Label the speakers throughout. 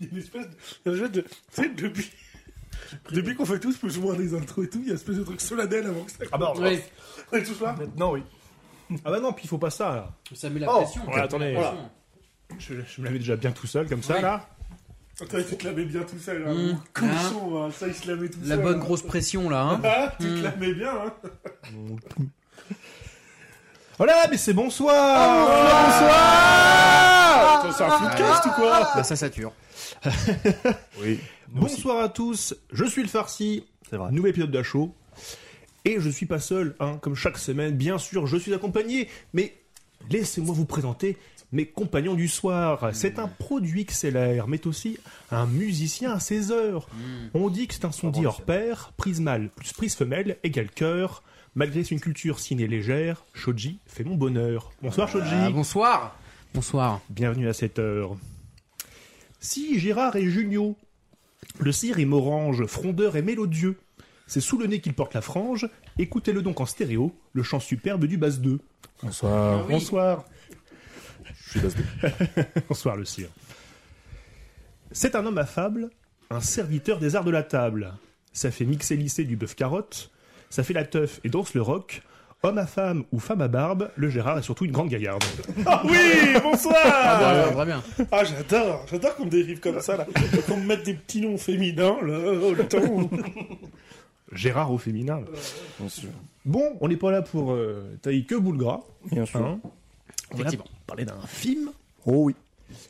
Speaker 1: Il y a une espèce de. il y a une espèce de- Tu sais, depuis. Depuis qu'on fait tous plus ou moins des intros et tout, il y a une espèce de truc solennel avant que ça.
Speaker 2: Ah bah, alors,
Speaker 3: Oui,
Speaker 1: On est tous là.
Speaker 2: maintenant, oui. Ah bah non, puis il faut pas ça, là.
Speaker 3: ça met la
Speaker 2: Oh,
Speaker 3: pression.
Speaker 2: voilà, attendez.
Speaker 3: La pression.
Speaker 2: Je, je me l'avais déjà bien tout seul, comme ça,
Speaker 3: Ouais.
Speaker 2: là.
Speaker 1: Attends, il te la met bien tout seul.
Speaker 3: Mmh,
Speaker 1: Hein.
Speaker 3: hein.
Speaker 1: Cochon, hein. ça, il se la met tout
Speaker 3: La
Speaker 1: seul.
Speaker 3: bonne
Speaker 1: hein.
Speaker 3: grosse pression là. Hein.
Speaker 1: Ah, tu te
Speaker 3: Mmh.
Speaker 1: la mets bien, hein.
Speaker 2: Voilà, Oh mais c'est bonsoir Ah, Bonsoir
Speaker 1: Attends, c'est un
Speaker 2: ah,
Speaker 1: footcast ou quoi
Speaker 3: Bah, ça sature.
Speaker 2: Oui. Bonsoir à tous, je suis le Farsi.
Speaker 4: C'est vrai.
Speaker 2: Nouvel épisode d'Achaud. Et je suis pas seul, hein, comme chaque semaine, bien sûr, je suis accompagné, mais laissez-moi vous présenter mes compagnons du soir.
Speaker 4: Hmm.
Speaker 2: C'est un produit XLR, mais aussi un musicien à ses heures.
Speaker 4: Hmm.
Speaker 2: On dit que c'est un
Speaker 4: Oh,
Speaker 2: sondier hors pair, prise mâle plus prise femelle égale cœur. Malgré une culture ciné légère, Shoji fait mon bonheur. Bonsoir Shoji.
Speaker 3: Ah, bonsoir. Bonsoir.
Speaker 2: Bienvenue à cette heure. Si Gérard est Junio, le cire est morange, frondeur et mélodieux. C'est sous le nez qu'il porte la frange. Écoutez-le donc en stéréo, le chant superbe du basse 2.
Speaker 4: Bonsoir,
Speaker 3: Oui.
Speaker 2: Bonsoir.
Speaker 4: je suis Basque.
Speaker 2: Bonsoir le cire. C'est un homme affable, un serviteur des arts de la table. Ça fait mixer lycée du bœuf carotte, ça fait la teuf et danse le rock. Homme à femme ou femme à barbe, le Gérard est surtout une grande gaillarde.
Speaker 1: Ah oui,
Speaker 3: Ah,
Speaker 1: bonsoir
Speaker 3: bah, très bien.
Speaker 1: Ah, j'adore, j'adore qu'on me dérive comme ça, là. Qu'on me mette des petits noms féminins, là, au temps.
Speaker 2: Gérard au féminin. là.
Speaker 4: Bien sûr.
Speaker 2: Bon, on n'est pas là pour euh, tailler que boule gras.
Speaker 4: Bien sûr.
Speaker 2: hein. On va
Speaker 3: Effectivement.
Speaker 2: parler d'un film,
Speaker 4: Oh oui.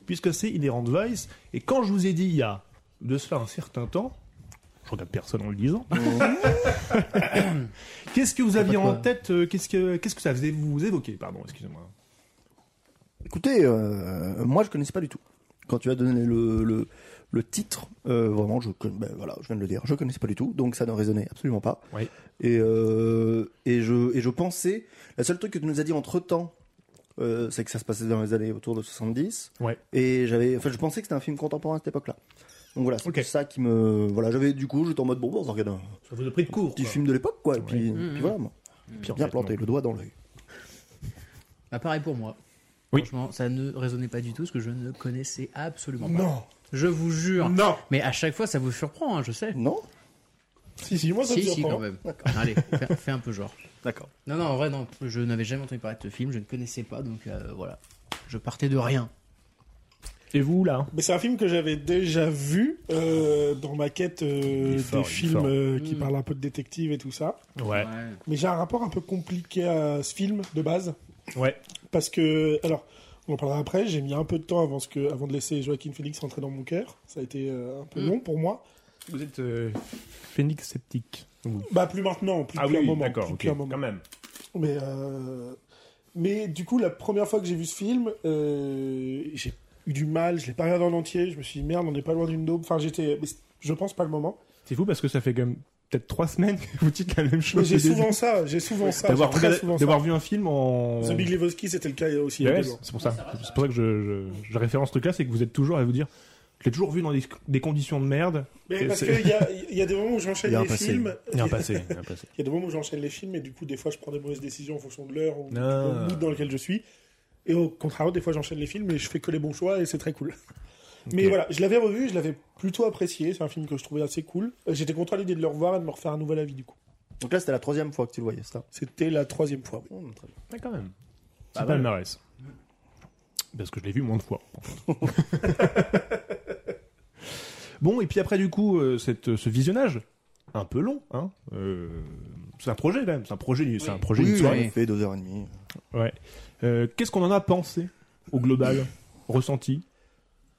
Speaker 2: puisque c'est Inherent Vice. Et quand je vous ai dit il y a de cela un certain temps, je regarde personne en le disant,
Speaker 4: Oh.
Speaker 2: qu'est-ce que vous aviez en tête euh, qu'est-ce, que, qu'est-ce que ça faisait vous évoquer Pardon, excusez-moi.
Speaker 4: Écoutez, euh, moi je connaissais pas du tout. Quand tu as donné le, le, le titre, euh, vraiment, je, con- ben, voilà, je viens de le dire, je connaissais pas du tout, donc ça ne résonnait absolument pas.
Speaker 2: Oui.
Speaker 4: Et, euh, et, je, et je pensais, la seule truc que tu nous as dit entre temps, euh, c'est que ça se passait dans les années autour de 70.
Speaker 2: Ouais.
Speaker 4: Et j'avais, enfin, je pensais que c'était un film contemporain à cette époque-là. Donc voilà, c'est
Speaker 2: Ok.
Speaker 4: pour ça qui me, voilà, j'avais du coup, j'étais en mode bon, bon, on regarde un
Speaker 2: Ça vous a pris de court.
Speaker 4: petit film de l'époque, quoi. Et puis, puis voilà, moi.
Speaker 2: en
Speaker 4: bien
Speaker 2: fait,
Speaker 4: planté,
Speaker 2: non.
Speaker 4: le doigt dans l'œil.
Speaker 3: Bah, pareil pour moi.
Speaker 2: Oui.
Speaker 3: Franchement, ça ne résonnait pas du tout, ce que je ne connaissais absolument pas.
Speaker 1: Non,
Speaker 3: Je vous jure.
Speaker 1: Ah. non.
Speaker 3: Mais à chaque fois, ça vous surprend, hein, je sais.
Speaker 4: Non
Speaker 1: Si, si, moi, ça hein. me
Speaker 3: si, si,
Speaker 1: surprend.
Speaker 3: quand même. Allez, fais, fais un peu genre.
Speaker 4: D'accord.
Speaker 3: Non, non, en vrai, non. Je n'avais jamais entendu parler de ce film, je ne connaissais pas, donc euh, voilà. Je partais de rien.
Speaker 2: Et vous, là
Speaker 1: Mais c'est un film que j'avais déjà vu euh, dans ma quête euh,
Speaker 2: Il est fort,
Speaker 1: des
Speaker 2: il est
Speaker 1: films
Speaker 2: fort.
Speaker 1: euh, qui
Speaker 3: Mm.
Speaker 1: parlent un peu de détective et tout ça.
Speaker 2: Ouais.
Speaker 1: Mais j'ai un rapport un peu compliqué à ce film de base
Speaker 2: Ouais.
Speaker 1: parce que alors on en parlera après. J'ai mis un peu de temps avant ce que avant de laisser Joaquin Phoenix rentrer dans mon cœur. Ça a été euh, un peu
Speaker 3: Mm.
Speaker 1: long pour moi.
Speaker 2: Vous êtes phénix sceptique.
Speaker 1: Bah plus maintenant, plus
Speaker 2: Ah
Speaker 1: plus un
Speaker 2: oui,
Speaker 1: moment,
Speaker 2: d'accord,
Speaker 1: plus
Speaker 2: ok,
Speaker 1: plus un moment.
Speaker 2: quand même.
Speaker 1: Mais, euh, mais du coup, la première fois que j'ai vu ce film, euh, j'ai eu du mal, je l'ai pas regardé en entier, je me suis dit merde, on n'est pas loin d'une daube. Enfin, j'étais. mais c'est- Je pense pas le moment.
Speaker 2: C'est fou parce que ça fait quand même peut-être trois semaines que vous dites la même
Speaker 1: Mais
Speaker 2: chose.
Speaker 1: j'ai
Speaker 2: au début.
Speaker 1: souvent ça, j'ai souvent ça.
Speaker 2: D'avoir,
Speaker 1: j'ai très
Speaker 2: regardé-
Speaker 1: souvent ça.
Speaker 2: d'avoir vu un film en.
Speaker 1: The Big Lebowski, c'était le cas aussi. il y a
Speaker 2: Ouais,
Speaker 1: deux
Speaker 2: c'est
Speaker 1: ans.
Speaker 2: c'est pour ça. C'est pour ça que je, je, je référence ce truc-là, c'est que vous êtes toujours à vous dire, je l'ai toujours vu dans des, des conditions de merde.
Speaker 1: Mais
Speaker 2: Et
Speaker 1: parce
Speaker 2: c'est-
Speaker 1: qu'il y a, il y a des moments où j'enchaîne
Speaker 4: Il y a un
Speaker 1: les
Speaker 4: passé.
Speaker 1: films.
Speaker 2: Il y a un passé. il y a un passé.
Speaker 1: Il y a des moments où j'enchaîne les films et du coup, des fois, je prends des mauvaises décisions en fonction de l'heure ou du
Speaker 2: Ah.
Speaker 1: mood dans lequel je suis. Et au contraire, des fois, j'enchaîne les films et je fais que les bons choix et c'est très cool. Mais
Speaker 2: Ok.
Speaker 1: voilà, je l'avais revu, je l'avais plutôt apprécié. C'est un film que je trouvais assez cool. Euh, J'étais content à l'idée de le revoir et de me refaire un nouvel avis du coup.
Speaker 4: Donc là, c'était la troisième fois que tu le voyais, ça.
Speaker 1: C'était la troisième fois.
Speaker 2: Oh,
Speaker 1: oui.
Speaker 4: Hum, très bien.
Speaker 2: Ouais, quand même. Bah, C'est
Speaker 4: Ah,
Speaker 2: pas
Speaker 4: voilà.
Speaker 2: palmarès. Parce que je l'ai vu moins de fois. en fait. bon, et puis après, du coup, euh, cette, ce visionnage, un peu long, hein. euh, c'est un projet, quand même. C'est un projet, c'est un projet d'une
Speaker 4: Oui,
Speaker 2: soirée.
Speaker 4: on a fait deux heures et demie.
Speaker 2: Ouais. Euh, Qu'est-ce qu'on en a pensé, au global, ressenti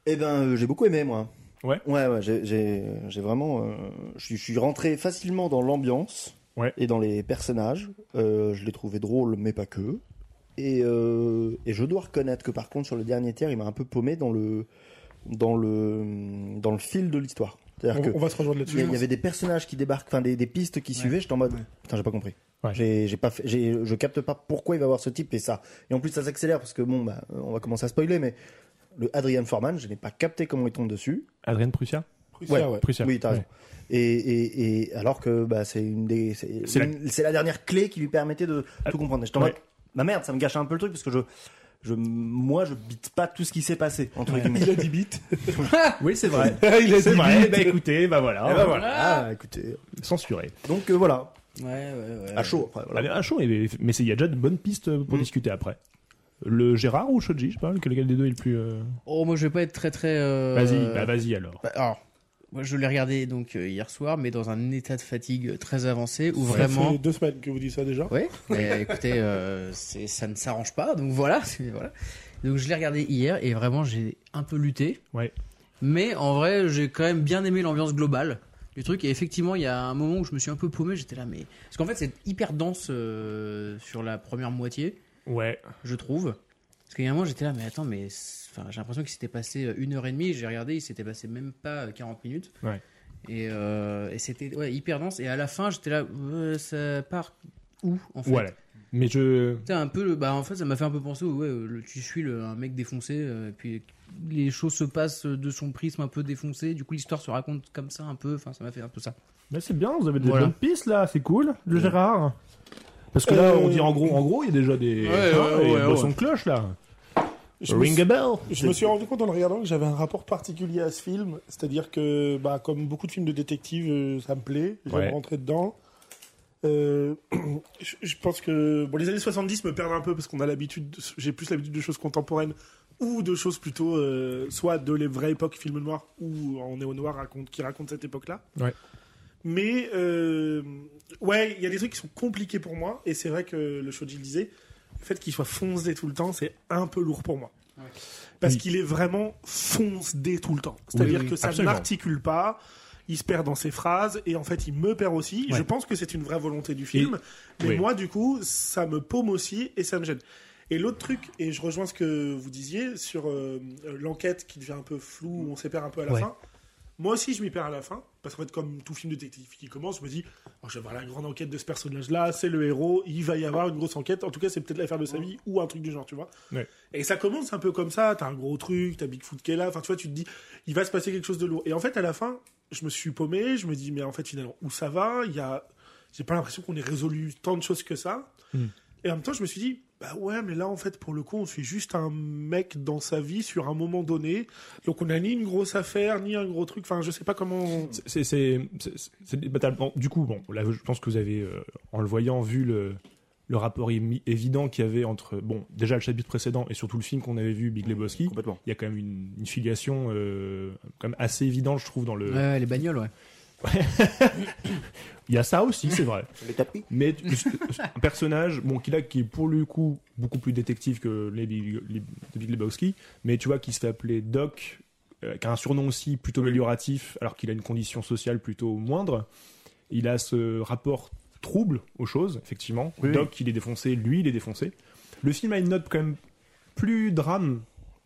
Speaker 4: Eh ben, euh, j'ai beaucoup aimé, moi.
Speaker 2: Ouais.
Speaker 4: Ouais, ouais, j'ai- j'ai j'ai vraiment. euh, je suis- je suis rentré facilement dans l'ambiance.
Speaker 2: Ouais.
Speaker 4: Et dans les personnages. Euh, je les trouvais drôles, mais pas que. Et, euh, et je dois reconnaître que, par contre, sur le dernier tiers, il m'a un peu paumé dans le. Dans le. Dans le fil de l'histoire. C'est-à-dire que.
Speaker 1: On, on va se rejoindre
Speaker 4: Il y,
Speaker 1: là-dessus.
Speaker 4: il y avait des personnages qui débarquent, enfin des, des pistes qui suivaient. J'étais en mode, putain, j'ai pas compris.
Speaker 2: Ouais.
Speaker 4: J'ai, j'ai pas fait- j'ai- je capte pas pourquoi il va voir ce type et ça. Et en plus, ça s'accélère parce que bon, bah, on va commencer à spoiler, mais le Adrian Forman, je n'ai pas capté comment il tombe dessus.
Speaker 2: Adrien Prussia
Speaker 1: Prussia, ouais.
Speaker 2: Prussia.
Speaker 4: Oui, t'as raison. Et, et, et alors que bah, c'est une des, c'est,
Speaker 2: C'est la-
Speaker 4: une- c'est la... dernière clé qui lui permettait de
Speaker 2: Ah.
Speaker 4: tout comprendre. J'étais en
Speaker 2: Ouais.
Speaker 4: mode, bah merde, ça me gâche un peu le truc parce que je, je, moi, je bite pas tout ce qui s'est passé, entre guillemets.
Speaker 1: Il a 10 bits.
Speaker 2: Oui, c'est vrai.
Speaker 1: il a
Speaker 2: C'est
Speaker 1: 10
Speaker 2: vrai,
Speaker 1: bits.
Speaker 2: bah écoutez, bah voilà,
Speaker 4: Eh ben voilà, écoutez.
Speaker 2: censuré.
Speaker 4: Donc euh, voilà,
Speaker 3: Ouais, ouais, ouais.
Speaker 4: à chaud après.
Speaker 2: Ah,
Speaker 4: Voilà.
Speaker 2: mais,
Speaker 4: Mm.
Speaker 2: ah, chaud, mais mais c'est- il y a déjà de bonnes pistes pour discuter après. Le Gérard ou Shoji, je sais pas, lequel lequel des deux est le plus. euh,
Speaker 3: Oh, moi, je vais pas être très, très. euh,
Speaker 2: Vas-y, bah vas-y alors.
Speaker 3: Bah, alors, moi, je l'ai regardé donc euh, hier soir, mais dans un état de fatigue euh, très avancé où vraiment.
Speaker 1: Ça fait deux semaines que vous dites ça déjà.
Speaker 3: Oui, mais écoutez, euh, c'est- ça ne s'arrange pas, donc voilà, c'est- voilà. Donc je l'ai regardé hier et vraiment j'ai un peu lutté.
Speaker 2: Ouais.
Speaker 3: Mais en vrai, j'ai quand même bien aimé l'ambiance globale du truc. Et effectivement, il y a un moment où je me suis un peu paumé, j'étais là, mais. Parce qu'en fait, c'est hyper dense euh, sur la première moitié,
Speaker 2: Ouais.
Speaker 3: je trouve. Parce qu'il y a un moment, j'étais là, mais attends, mais. c'est- Enfin, j'ai l'impression qu'il s'était passé euh, une heure et demie, j'ai regardé, il s'était passé même pas 40 minutes.
Speaker 2: Ouais.
Speaker 3: Et, euh, et c'était ouais, hyper dense. Et à la fin, j'étais là, euh, ça part où en fait
Speaker 2: Voilà. Mais je.
Speaker 3: T'as un peu le, bah en fait ça m'a fait un peu penser au- ouais, euh, le- tu suis le, un mec défoncé euh, et puis les choses se passent euh, de son prisme un peu défoncé du coup l'histoire se raconte comme ça un peu enfin ça m'a fait un peu ça
Speaker 2: Mais c'est bien, vous avez des
Speaker 3: Voilà.
Speaker 2: bonnes pistes là, c'est cool, le Gérard. Parce que là,
Speaker 1: Euh,
Speaker 2: on dit en gros, en gros, il y a déjà des. hein,
Speaker 3: Ouais, ouais,
Speaker 2: il y a
Speaker 3: ouais,
Speaker 2: une
Speaker 3: ouais.
Speaker 2: boisson de cloche là.
Speaker 1: Je me
Speaker 2: Ring
Speaker 1: suis-
Speaker 2: a bell.
Speaker 1: Je me suis rendu compte en le regardant que j'avais un rapport particulier à ce film, c'est-à-dire que, bah, comme beaucoup de films de détectives, euh, ça me plaît, j'aime
Speaker 2: Ouais.
Speaker 1: rentrer dedans. Euh, je, je pense que bon, les années 70 me perdent un peu parce qu'on a l'habitude, de- j'ai plus l'habitude de choses contemporaines ou de choses plutôt, euh, soit de les vraies époques film noir ou en néo noir raconte, qui raconte cette époque-là.
Speaker 2: Ouais.
Speaker 1: Mais euh, ouais, il y a des trucs qui sont compliqués pour moi et c'est vrai que le Shoji le disait, le fait qu'il soit foncé tout le temps, c'est un peu lourd pour moi. Parce
Speaker 2: Oui.
Speaker 1: qu'il est vraiment foncé tout le temps. C'est-à-dire
Speaker 3: oui,
Speaker 1: que ça
Speaker 2: absolument.
Speaker 1: n'articule pas, il se perd dans ses phrases, et en fait il me perd aussi.
Speaker 2: Ouais.
Speaker 1: Je pense que c'est une vraie volonté du film, mais
Speaker 2: oui.
Speaker 1: moi du coup ça me paume aussi et ça me gêne. Et l'autre truc, et je rejoins ce que vous disiez sur euh, l'enquête qui devient un peu floue, où on s'épère un peu à la
Speaker 2: Ouais.
Speaker 1: fin. Moi aussi je m'y perds à la fin, parce qu'en fait comme tout film de détective qui commence, je me dis, oh, je vais voir la grande enquête de ce personnage-là, c'est le héros, il va y avoir une grosse enquête, en tout cas c'est peut-être l'affaire de sa vie, ou un truc du genre, tu vois. Et ça commence un peu comme ça, t'as un gros truc, t'as Bigfoot qui est là, enfin tu vois, tu te dis, il va se passer quelque chose de lourd. Et en fait, à la fin, je me suis paumé, je me dis, mais en fait, finalement, où ça va Il y a... J'ai pas l'impression qu'on ait résolu tant de choses que ça.
Speaker 2: Mm.
Speaker 1: Et en même temps, je me suis dit, bah ouais, mais là, en fait, pour le coup, on suit juste un mec dans sa vie sur un moment donné. Donc on a ni une grosse affaire, ni un gros truc, enfin je sais pas comment...
Speaker 2: C'est, c'est, c'est- c'est- c'est des batailles- bon, du coup, bon, là, je pense que vous avez, euh, en le voyant, vu le, le rapport émi- évident qu'il y avait entre, bon, déjà le chapitre précédent et surtout le film qu'on avait vu, Big Lebowski.
Speaker 4: Complètement.
Speaker 2: Il y a quand même une, une filiation, euh, quand même assez évidente, je trouve, dans le.
Speaker 3: ouais, les bagnoles ouais
Speaker 2: Il y a ça aussi, c'est vrai.
Speaker 4: Les tapis
Speaker 2: Mais tu- un personnage, bon, qui là, qui est pour le coup beaucoup plus détective que les, Big- les Big Lebowski, mais tu vois, qui se fait appeler Doc, euh, qui a un surnom aussi plutôt amélioratif, alors qu'il a une condition sociale plutôt moindre. Il a ce rapport trouble aux choses, effectivement.
Speaker 4: Oui.
Speaker 2: Doc, il est défoncé, lui, il est défoncé. Le film a une note quand même plus drame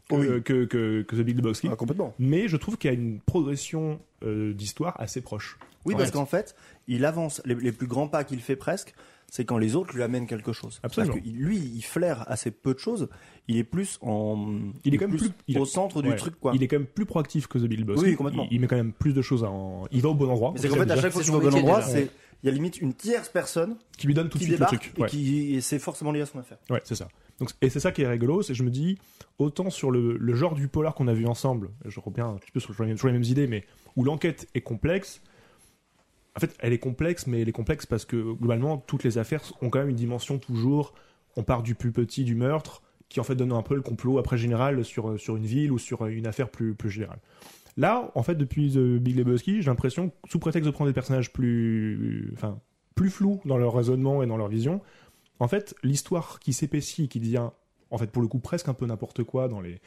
Speaker 2: que,
Speaker 4: Oui.
Speaker 2: que, que, que The Big Lebowski.
Speaker 4: Ah, complètement.
Speaker 2: Mais je trouve qu'il y a une progression euh, d'histoire assez proche.
Speaker 4: Oui,
Speaker 3: Ouais.
Speaker 4: parce qu'en fait, il avance. Les, les plus grands pas qu'il fait presque, c'est quand les autres lui amènent quelque chose.
Speaker 2: Absolument.
Speaker 4: Parce que il- lui, il flaire assez peu de choses. Il est plus en.
Speaker 2: Il est quand même plus- il est-
Speaker 4: au centre du
Speaker 2: Ouais.
Speaker 4: truc, quoi.
Speaker 2: Il est quand même plus proactif que The Bill Boss.
Speaker 4: Oui, complètement.
Speaker 2: Il, il met quand même plus de choses en. Il va au bon endroit.
Speaker 4: Mais c'est qu'en fait, à
Speaker 2: déjà,
Speaker 4: chaque fois
Speaker 3: C'est
Speaker 4: qu'il
Speaker 3: son
Speaker 4: va au bon
Speaker 3: métier,
Speaker 4: endroit,
Speaker 3: déjà.
Speaker 4: c'est il y a limite une tierce personne
Speaker 2: Qui lui donne tout de
Speaker 4: qui
Speaker 2: suite le
Speaker 4: débarque
Speaker 2: truc.
Speaker 4: et
Speaker 2: Ouais,
Speaker 4: qui et c'est forcément lié à son affaire.
Speaker 2: Ouais, c'est ça. Donc, et c'est ça qui est rigolo, c'est que je me dis, autant sur le, le genre du polar qu'on a vu ensemble, je reviens un petit peu sur, sur les, mêmes, sur les mêmes idées, mais où l'enquête est complexe. En fait, elle est complexe, mais elle est complexe parce que globalement, toutes les affaires ont quand même une dimension toujours. On part du plus petit du meurtre, qui en fait donne un peu le complot après général sur, sur une ville ou sur une affaire plus, plus générale. Là, en fait, depuis The Big Lebowski, j'ai l'impression, que, sous prétexte de prendre des personnages plus, enfin, plus flous dans leur raisonnement et dans leur vision, en fait, l'histoire qui s'épaissit, qui devient, en fait, pour le coup, presque un peu n'importe quoi dans les.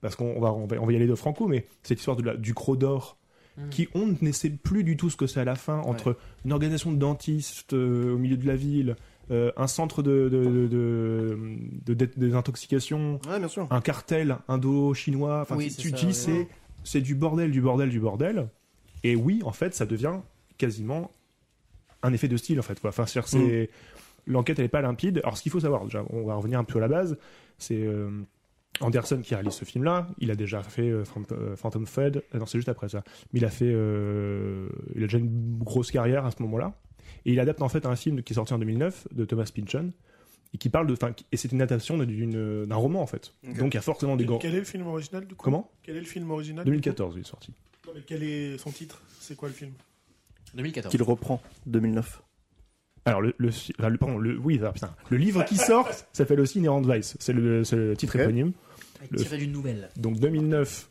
Speaker 2: Parce qu'on on va, on va, on va y aller de Franco, mais cette histoire de la- du croc d'or,
Speaker 3: Mm.
Speaker 2: qui on ne sait plus du tout ce que c'est à la fin, entre une organisation de dentistes euh, au milieu de la ville, euh, un centre de, de, de, de, de dé- désintoxication,
Speaker 4: Ouais, bien sûr.
Speaker 2: un cartel indo-chinois. Enfin,
Speaker 3: Oui,
Speaker 2: tu-
Speaker 3: c'est
Speaker 2: tu
Speaker 3: ça,
Speaker 2: dis,
Speaker 3: ouais.
Speaker 2: c'est c'est du bordel, du bordel, du bordel. Et oui, en fait, ça devient quasiment un effet de style, en fait. Quoi. Enfin, c'est-à-dire, c'est
Speaker 3: Mm.
Speaker 2: l'enquête, elle n'est pas limpide. Alors, ce qu'il faut savoir, déjà, on va revenir un peu à la base, c'est euh, Anderson qui réalise ce film-là. Il a déjà fait euh, Phant- euh, Phantom Fed. Ah non, c'est juste après ça. Mais il a fait, euh, il a déjà une grosse carrière à ce moment-là. Et il adapte en fait un film qui est sorti en 2009 de Thomas Pynchon et qui parle de, enfin, qui- et c'est une adaptation d'une- d'un roman en fait.
Speaker 4: Ok.
Speaker 2: Donc il y a forcément des grands.
Speaker 1: Quel est le film original du coup
Speaker 2: Comment
Speaker 1: Quel est le film original du coup
Speaker 2: 2014, il est sorti.
Speaker 1: Non, mais quel est son titre C'est quoi le film
Speaker 3: 2014.
Speaker 4: Qu'il reprend 2009.
Speaker 2: Alors le, le, fi- enfin, le- pardon, le, oui, ah, putain, le livre qui sort s'appelle aussi Inherent Vice. C'est le, c'est le titre
Speaker 4: Ok.
Speaker 2: éponyme. le-
Speaker 3: Tiré d'une nouvelle.
Speaker 2: Donc 2009,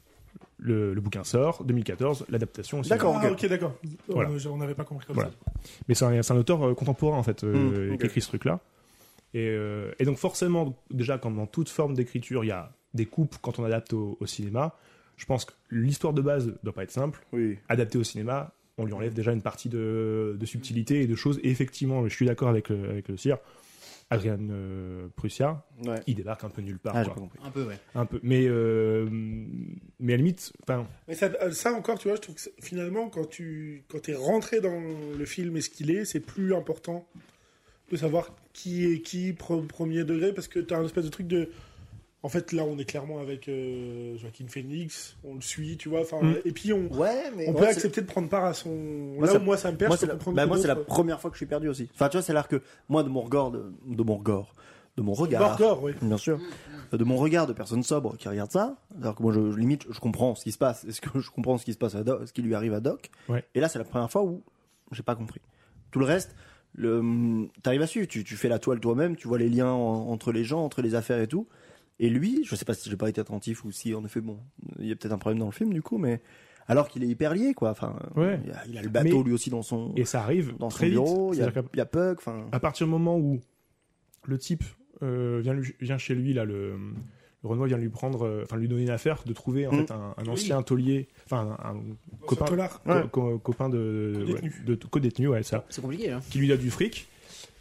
Speaker 2: le, le bouquin sort. 2014, l'adaptation. aussi.
Speaker 4: D'accord,
Speaker 1: Ah,
Speaker 4: ok.
Speaker 1: ok, d'accord.
Speaker 2: Voilà.
Speaker 1: Euh, On n'avait pas compris comme
Speaker 2: Voilà.
Speaker 1: ça.
Speaker 2: Mais c'est un, c'est un auteur euh, contemporain, en fait, euh,
Speaker 4: Mm, ok.
Speaker 2: qui écrit ce truc-là. Et, euh, et donc, forcément, déjà, comme dans toute forme d'écriture, il y a des coupes quand on adapte au, au cinéma. Je pense que l'histoire de base doit pas être simple.
Speaker 4: Oui.
Speaker 2: Adaptée au cinéma, on lui enlève déjà une partie de, de subtilité et de choses. Et effectivement, je suis d'accord avec le, avec le sire. Adrien euh, Prussia,
Speaker 4: Ouais.
Speaker 2: il débarque un peu nulle part.
Speaker 4: Ah, j'ai
Speaker 2: quoi.
Speaker 4: pas compris.
Speaker 3: Un peu, ouais.
Speaker 2: Un peu. Mais, euh, mais à la limite, enfin,
Speaker 1: Mais ça, euh, ça encore, tu vois, je trouve que c'est- finalement, quand tu quand es rentré dans le film et ce qu'il est, c'est plus important de savoir qui est qui, pre- premier degré, parce que tu as un espèce de truc de. En fait, là, on est clairement avec euh, Joaquin Phoenix, on le suit, tu vois, enfin,
Speaker 2: Mm.
Speaker 1: et puis on,
Speaker 4: Ouais, mais.
Speaker 1: on peut accepter de prendre part à son.
Speaker 4: Moi,
Speaker 1: là
Speaker 4: ça-
Speaker 1: où moi, ça me perd,
Speaker 4: Moi,
Speaker 1: je
Speaker 4: c'est
Speaker 1: peux
Speaker 4: la...
Speaker 1: comprendre
Speaker 4: bah,
Speaker 1: que
Speaker 4: moi, c'est la
Speaker 1: d'autres-
Speaker 4: première fois que je suis perdu aussi. Enfin, tu vois, c'est l'air que moi, de mon regard, de, de mon regard, de mon regard,
Speaker 1: Borgor, oui.
Speaker 4: bien sûr, Euh, de mon regard de personne sobre qui regarde ça, alors que moi, je, je limite, je comprends ce qui se passe, est-ce que je comprends ce qui se passe à Doc, ce qui lui arrive à Doc.
Speaker 2: Ouais.
Speaker 4: Et là, c'est la première fois où j'ai pas compris. Tout le reste, le, t'arrives à suivre, tu, tu fais la toile toi-même, tu vois les liens en- entre les gens, entre les affaires et tout. Et lui, je sais pas si j'ai pas été attentif ou si en effet, bon, il y a peut-être un problème dans le film du coup, mais alors qu'il est hyper lié quoi. Enfin,
Speaker 2: Ouais.
Speaker 4: il, a, il a le bateau
Speaker 2: Mais-
Speaker 4: lui aussi dans son
Speaker 2: et ça arrive
Speaker 4: dans son
Speaker 2: très vite.
Speaker 4: bureau, il y, a-
Speaker 2: C'est-à-dire qu'à-
Speaker 4: il y a Puck, enfin.
Speaker 2: à partir du moment où le type euh, vient, lui- vient chez lui, là, le, le Renoir vient lui prendre, euh, enfin lui donner une affaire, de trouver en
Speaker 4: Mm.
Speaker 2: fait un, un ancien taulier, enfin un, un
Speaker 1: Copain.
Speaker 2: copain,
Speaker 1: Collard.
Speaker 2: co-
Speaker 4: Ouais.
Speaker 2: co- copain de
Speaker 1: Codétenu.
Speaker 2: ouais, de codétenu, ouais, ça,
Speaker 3: C'est compliqué, hein.
Speaker 2: qui lui donne du fric.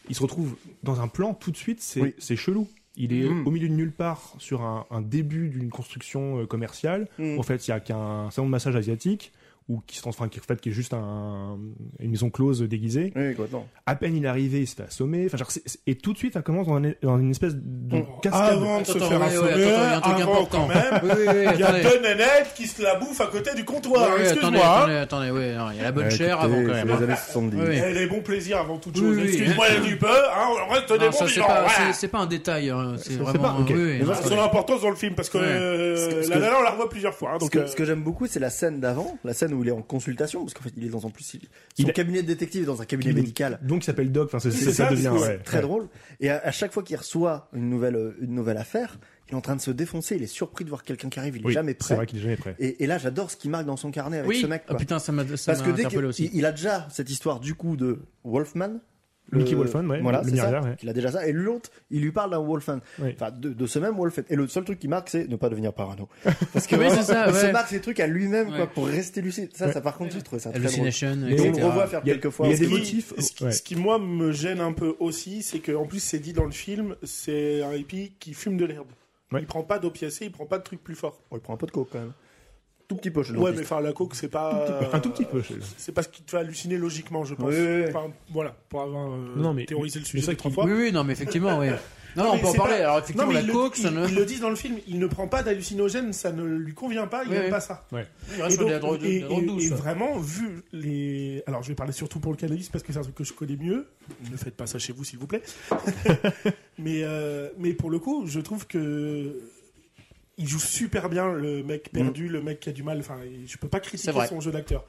Speaker 2: Il se retrouve dans un plan tout de suite, c'est
Speaker 4: Oui.
Speaker 2: c'est chelou. Il est
Speaker 4: Mm.
Speaker 2: au milieu de nulle part sur un, un début d'une construction euh, commerciale. En fait, il y a qu'un salon de massage asiatique ou qui se transforme, qui, en fait, qui est juste un- une maison close déguisée.
Speaker 4: Oui, quoi, non.
Speaker 2: À peine il est arrivé, il se fait assommer. Enfin, genre, c'est- c'est- et tout de suite, ça commence dans, un- dans une espèce de
Speaker 1: Bon,
Speaker 2: cascade.
Speaker 1: Avant de se
Speaker 3: Attends,
Speaker 1: faire
Speaker 3: ouais, ouais,
Speaker 1: assommer,
Speaker 3: attends, il y a un truc
Speaker 1: avant quand
Speaker 3: important.
Speaker 1: même,
Speaker 3: Oui, oui, oui,
Speaker 1: il y a
Speaker 3: attendez.
Speaker 1: deux nanettes qui se la bouffent à côté du comptoir,
Speaker 3: Ouais, ouais, attendez,
Speaker 1: excuse-moi. hein.
Speaker 3: attendez, attendez, ouais, non, il y a la bonne chair avant quand même. hein.
Speaker 4: les années 70.
Speaker 3: Ouais, ouais.
Speaker 1: Eh, les bons plaisirs avant toute
Speaker 3: Oui,
Speaker 1: chose.
Speaker 3: oui,
Speaker 1: Excuse-moi,
Speaker 3: bien
Speaker 1: il y a du peu, hein, on reste des
Speaker 3: Non,
Speaker 1: bons
Speaker 3: ça, c'est
Speaker 1: vivants.
Speaker 3: pas,
Speaker 1: voilà.
Speaker 3: c'est- c'est pas un détail, hein, c'est
Speaker 2: C'est
Speaker 3: vraiment.
Speaker 2: pas- ok.
Speaker 3: oui, oui,
Speaker 2: Mais
Speaker 3: non,
Speaker 1: Ils ont
Speaker 3: attendez.
Speaker 1: l'importance dans le film parce que
Speaker 3: Ouais.
Speaker 1: euh,
Speaker 4: Ce que- ce
Speaker 1: la
Speaker 4: que-
Speaker 1: Lala, on la revoit plusieurs
Speaker 2: Ah,
Speaker 1: fois. hein,
Speaker 4: Ce
Speaker 1: donc,
Speaker 4: que,
Speaker 1: euh,
Speaker 4: ce que j'aime beaucoup, c'est la scène d'avant, la scène où il est en consultation, parce qu'en fait, il est dans un plus, il- son
Speaker 2: Il a-
Speaker 4: cabinet de détective est dans un cabinet
Speaker 2: Il-
Speaker 4: médical.
Speaker 2: Donc, il s'appelle Doc. Enfin, c'est-
Speaker 1: C'est
Speaker 2: c'est- ça,
Speaker 1: ça,
Speaker 2: devient.
Speaker 1: c'est-
Speaker 2: ouais,
Speaker 4: Très
Speaker 2: ouais.
Speaker 4: drôle. Et à, à chaque fois qu'il reçoit une nouvelle, euh, une nouvelle affaire, il est en train de se défoncer, il est surpris de voir quelqu'un qui arrive, il est
Speaker 2: Oui,
Speaker 4: jamais
Speaker 2: C'est
Speaker 4: prêt.
Speaker 2: vrai qu'il est jamais prêt.
Speaker 4: Et, et là, j'adore ce qu'il marque dans son carnet avec
Speaker 3: Oui,
Speaker 4: ce mec.
Speaker 3: ah,
Speaker 4: quoi.
Speaker 3: putain, ça m'a ça
Speaker 4: parce
Speaker 3: m'a
Speaker 4: que dès
Speaker 3: interpellé
Speaker 4: qu'il
Speaker 3: aussi.
Speaker 4: il- il a déjà cette histoire du coup de Wolfman,
Speaker 2: Le... Mickey
Speaker 4: Euh,
Speaker 2: Wolfman, ouais,
Speaker 4: voilà,
Speaker 2: le
Speaker 4: c'est ça,
Speaker 2: milliardaire, ouais.
Speaker 4: Il a déjà ça. Et l'autre, il lui parle d'un Wolfen.
Speaker 2: Oui.
Speaker 4: Enfin, de, de ce même Wolfen. Et le seul truc qui marque, c'est ne pas devenir parano. Parce que
Speaker 3: Oui,
Speaker 4: vraiment,
Speaker 3: c'est ça,
Speaker 4: il se
Speaker 3: ouais.
Speaker 4: marque ces trucs à lui-même, quoi,
Speaker 3: Ouais.
Speaker 4: pour rester lucide. Ça, ça, par contre, j'ai trouvé ça très drôle.
Speaker 3: Hallucination,
Speaker 2: Et
Speaker 4: Et on
Speaker 3: etc.
Speaker 4: le revoit faire
Speaker 2: Il y a-
Speaker 4: quelques fois.
Speaker 2: mais il y a
Speaker 1: ce
Speaker 2: des
Speaker 1: qui-
Speaker 2: motifs,
Speaker 1: Ce qui,
Speaker 2: ouais.
Speaker 1: ce qui, moi, me gêne un peu aussi, c'est que en plus, c'est dit dans le film, c'est un hippie qui fume de l'herbe.
Speaker 2: Ouais.
Speaker 1: Il prend pas d'opiacé, il prend pas de trucs plus forts.
Speaker 4: Oh, il prend un peu de coke, quand même. Tout petit peu, je le
Speaker 1: Ouais,
Speaker 4: dis.
Speaker 1: mais enfin, la coke, c'est pas.
Speaker 2: Un tout petit peu. je-
Speaker 1: C'est pas ce qui te fait halluciner logiquement, je pense.
Speaker 4: Ouais, ouais, ouais.
Speaker 1: Enfin, voilà, pour avoir euh,
Speaker 2: Non, mais-
Speaker 1: théorisé le
Speaker 2: mais
Speaker 1: sujet
Speaker 2: ça
Speaker 1: de trois
Speaker 2: qui-
Speaker 1: fois.
Speaker 3: Oui, oui, non, mais effectivement, oui. Non, on
Speaker 1: mais
Speaker 3: peut en
Speaker 1: c'est
Speaker 3: parler.
Speaker 1: pas-
Speaker 3: Alors,
Speaker 1: Non,
Speaker 3: effectivement,
Speaker 1: mais
Speaker 3: la
Speaker 1: il,
Speaker 3: coke,
Speaker 1: le,
Speaker 3: ça
Speaker 1: il-
Speaker 3: ne.
Speaker 1: il le dit dans le film, il ne prend pas d'hallucinogène, ça ne lui convient pas, il
Speaker 3: Ouais,
Speaker 1: n'aime
Speaker 3: ouais.
Speaker 1: pas ça.
Speaker 3: Il reste
Speaker 1: Et
Speaker 3: sur de la
Speaker 1: donc,
Speaker 3: drogue de
Speaker 1: et-
Speaker 3: la drogue
Speaker 1: et-
Speaker 3: douce.
Speaker 1: et vraiment, vu les. Alors, je vais parler surtout pour le cannabis parce que c'est un truc que je connais mieux. Ne faites pas ça chez vous, s'il vous plaît. mais, euh, mais pour le coup, je trouve que. Il joue super bien le mec perdu, le mec qui a du mal. Enfin, je peux pas critiquer
Speaker 3: Mm. vrai.
Speaker 1: son jeu d'acteur.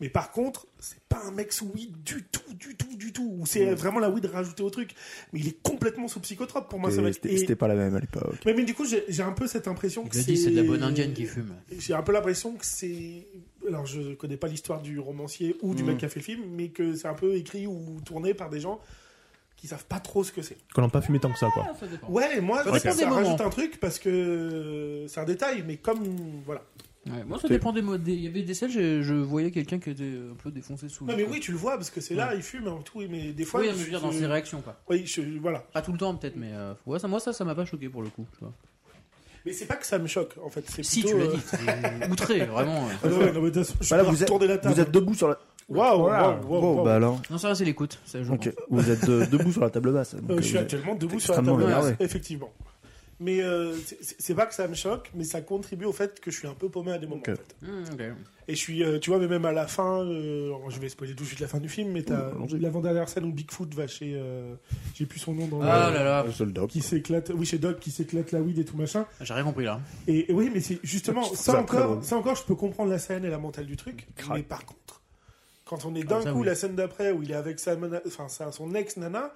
Speaker 1: Mais par contre, c'est pas un mec sous weed du tout, du tout, du tout. Ou
Speaker 3: Mm.
Speaker 1: c'est vraiment la weed rajoutée au truc. Mais il est complètement sous psychotrope pour moi, ce
Speaker 4: Et
Speaker 1: mec.
Speaker 4: C'était
Speaker 1: Et-
Speaker 4: c'était pas la même à l'époque.
Speaker 1: Mais, mais du coup, j'ai j'ai un peu cette impression que
Speaker 3: Il a dit, c'est de la bonne indienne qui fume.
Speaker 1: j'ai un peu l'impression que c'est. Alors, je connais pas l'histoire du romancier ou du
Speaker 3: Mmh.
Speaker 4: Mhm.
Speaker 1: mec qui a fait le film, mais que c'est un peu écrit ou tourné par des gens qui savent pas trop ce que c'est.
Speaker 2: Qu'on n'a pas fumé tant que ça, quoi.
Speaker 3: Ça dépend.
Speaker 1: Ouais, moi,
Speaker 3: Ça
Speaker 1: ça,
Speaker 3: dépend des
Speaker 1: ça rajoute
Speaker 3: moments.
Speaker 1: un truc parce que c'est un détail, mais comme. Voilà.
Speaker 3: Ouais, moi, ça dépend des modes. Des- Il y avait des selles, je, je voyais quelqu'un qui était un peu défoncé sous.
Speaker 1: Non, mais oui, tu le vois parce que c'est là, il fume et tout, mais des fois.
Speaker 3: Mmh. Oui,
Speaker 1: je-
Speaker 3: mais je veux dire, dans
Speaker 1: je-
Speaker 3: ses réactions, quoi.
Speaker 1: Oui, je, voilà.
Speaker 3: Pas tout le temps, peut-être, mais euh, ouais, ça, moi, ça, ça m'a pas choqué pour le coup. tu vois.
Speaker 1: Mais c'est pas que ça me choque, en fait. c'est
Speaker 3: Si,
Speaker 1: plutôt,
Speaker 3: tu l'as
Speaker 1: euh,
Speaker 3: dit, c'est outré, vraiment. ouais.
Speaker 1: ah non, ouais, non, mais de toute façon, je
Speaker 4: Bah là,
Speaker 1: peux
Speaker 4: vous êtes,
Speaker 1: retourner la table.
Speaker 4: vous êtes debout sur la.
Speaker 1: Waouh,
Speaker 2: Voilà.
Speaker 1: waouh, waouh,
Speaker 4: Wow,
Speaker 1: waouh.
Speaker 4: bah alors.
Speaker 3: Non, ça, c'est l'écoute. Ça, je
Speaker 4: Ok,
Speaker 3: comprends.
Speaker 4: vous êtes de- debout sur la table basse.
Speaker 1: Euh,
Speaker 4: donc,
Speaker 1: je suis
Speaker 4: vous êtes-
Speaker 1: actuellement debout sur la
Speaker 4: extrêmement
Speaker 1: table,
Speaker 4: énervé.
Speaker 1: effectivement. Mais euh, c'est- c'est c'est pas que ça me choque, mais ça contribue au fait que je suis un peu paumé à des moments.
Speaker 4: Ok.
Speaker 1: en fait.
Speaker 3: Hmm, ok.
Speaker 1: Et je suis, euh, tu vois, mais même à la fin, euh, alors, je vais spoiler tout de suite la fin du film, mais t'as
Speaker 4: Ouh, allons-y.
Speaker 1: l'avant-dernière scène où Bigfoot va chez, euh, j'ai plus son nom dans le-
Speaker 3: Ah là là,
Speaker 4: Le soldat.
Speaker 1: qui s'éclate, oui chez Doc, qui s'éclate la weed et tout machin.
Speaker 3: j'ai rien compris là.
Speaker 1: Et, et oui, mais c'est justement
Speaker 4: Je trouve
Speaker 1: ça,
Speaker 4: ça très
Speaker 1: encore,
Speaker 4: drôle.
Speaker 1: ça encore, je peux comprendre la scène et la mentale du truc.
Speaker 4: Grave.
Speaker 1: Mais par contre, quand on est
Speaker 3: Ah,
Speaker 1: d'un
Speaker 3: ça,
Speaker 1: coup
Speaker 3: oui.
Speaker 1: la scène d'après où il est avec sa, mana- enfin sa- son ex nana.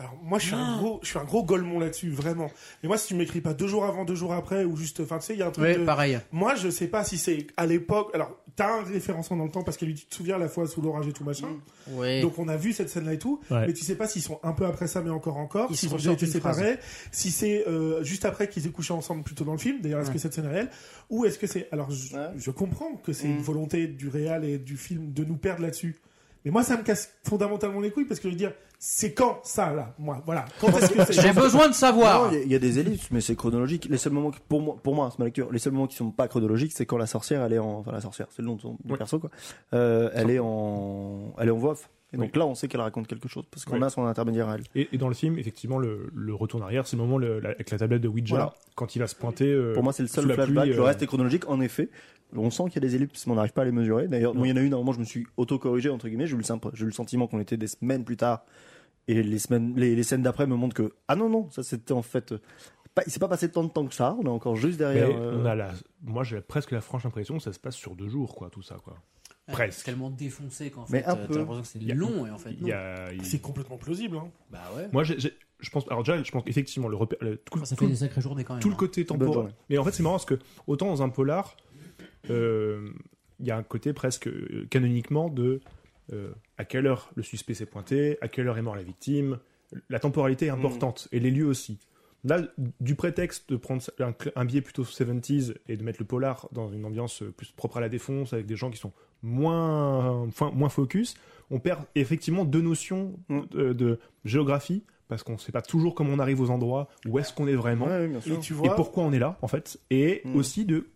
Speaker 1: Alors moi, je suis un
Speaker 3: Non.
Speaker 1: gros, je suis un gros golemon là-dessus, vraiment. Mais moi, si tu m'écris pas deux jours avant, deux jours après, ou juste, enfin, tu sais, il y a un truc.
Speaker 3: Ouais,
Speaker 1: de-
Speaker 3: pareil.
Speaker 1: Moi, je sais pas si c'est à l'époque. Alors, t'as un référencement dans le temps parce qu'elle lui dit, tu te souviens la fois sous l'orage et tout machin.
Speaker 3: Ouais.
Speaker 1: Donc on a vu cette scène-là et tout,
Speaker 2: Ouais.
Speaker 1: mais tu sais pas s'ils sont un peu après ça, mais encore encore,
Speaker 3: Ils
Speaker 1: s'ils
Speaker 3: se
Speaker 1: ont déjà été
Speaker 3: ressortent une phrase.
Speaker 1: séparés, si c'est euh, juste après qu'ils aient couché ensemble plutôt dans le film. D'ailleurs, est-ce
Speaker 3: Ouais.
Speaker 1: que cette scène est réelle ou est-ce que c'est Alors je,
Speaker 4: Ouais.
Speaker 1: je comprends que c'est
Speaker 3: Mm.
Speaker 1: une volonté du réal et du film de nous perdre là-dessus. Mais moi, ça me casse fondamentalement les couilles parce que je veux dire, c'est quand ça là Moi, voilà. Quand est-ce que c'est
Speaker 3: J'ai besoin de
Speaker 4: Non,
Speaker 3: savoir.
Speaker 4: il y a- il y, a des ellipses, mais c'est chronologique. Les seuls moments, qui- pour moi, pour moi, c'est ma lecture. Les seuls moments qui sont pas chronologiques, c'est quand la sorcière, elle est en, enfin la sorcière, c'est le nom de son du perso quoi. Euh, elle est en, elle est en voix off. Et donc là, on sait qu'elle raconte quelque chose parce qu'on
Speaker 2: Oui.
Speaker 4: a son intermédiaire à elle.
Speaker 2: Et, et dans le film, effectivement, le, le retour en arrière, c'est le moment le- la- avec la tablette de Ouija,
Speaker 4: Voilà.
Speaker 2: quand il va se pointer. euh,
Speaker 4: Pour moi, c'est le seul
Speaker 2: sous la
Speaker 4: flashback.
Speaker 2: pluie,
Speaker 4: Le
Speaker 2: euh,
Speaker 4: reste est chronologique, en effet. On sent qu'il y a des ellipses, mais on n'arrive pas à les mesurer. D'ailleurs, bon, il y en a une, à un moment, je me suis auto-corrigé, entre guillemets. J'ai eu, le simple- j'ai eu le sentiment qu'on était des semaines plus tard. Et les, semaines, les, les scènes d'après me montrent que, ah non, non, ça c'était en fait. euh, Pas, il s'est pas passé tant de temps que ça. On est encore juste
Speaker 2: mais
Speaker 4: derrière. euh,
Speaker 2: ben, on a la, moi, j'ai presque la franche impression que ça se passe sur deux jours, quoi, tout ça, quoi.
Speaker 3: Ouais,
Speaker 2: Presque.
Speaker 3: C'est tellement défoncé qu'en
Speaker 4: Mais
Speaker 3: fait,
Speaker 4: un
Speaker 3: euh,
Speaker 4: peu.
Speaker 3: t'as l'impression que c'est
Speaker 2: Il y a-
Speaker 3: long et en
Speaker 4: Bah,
Speaker 3: fait,
Speaker 2: Il
Speaker 3: non.
Speaker 2: y a, il-
Speaker 1: C'est complètement plausible. Hein.
Speaker 3: Bah ouais.
Speaker 2: Moi, j'ai- j'ai- je pense. Alors déjà, je pense effectivement le, repère- le- tout,
Speaker 3: Ça
Speaker 2: tout-
Speaker 3: fait des sacrées journées quand même.
Speaker 2: tout le
Speaker 3: hein.
Speaker 2: côté
Speaker 4: Bonne
Speaker 2: temporel.
Speaker 4: journée.
Speaker 2: Mais en fait, c'est marrant parce que autant dans un polar, euh, il y a un côté presque euh, canoniquement de euh, à quelle heure le suspect s'est pointé, à quelle heure est mort la victime. La temporalité est
Speaker 3: Mm.
Speaker 2: importante et les lieux aussi. Là, du prétexte de prendre un, cl- un biais plutôt 70s et de mettre le polar dans une ambiance euh, plus propre à la défonce avec des gens qui sont moins, enfin, moins focus, on perd effectivement deux notions
Speaker 4: Mm.
Speaker 2: de, de géographie parce qu'on ne sait pas toujours comment on arrive aux endroits, où est-ce qu'on est vraiment
Speaker 4: Ouais, oui, bien sûr.
Speaker 1: Et tu
Speaker 2: et
Speaker 1: vois, Hmm.
Speaker 2: pourquoi on est là en fait et
Speaker 4: Mm.
Speaker 2: aussi de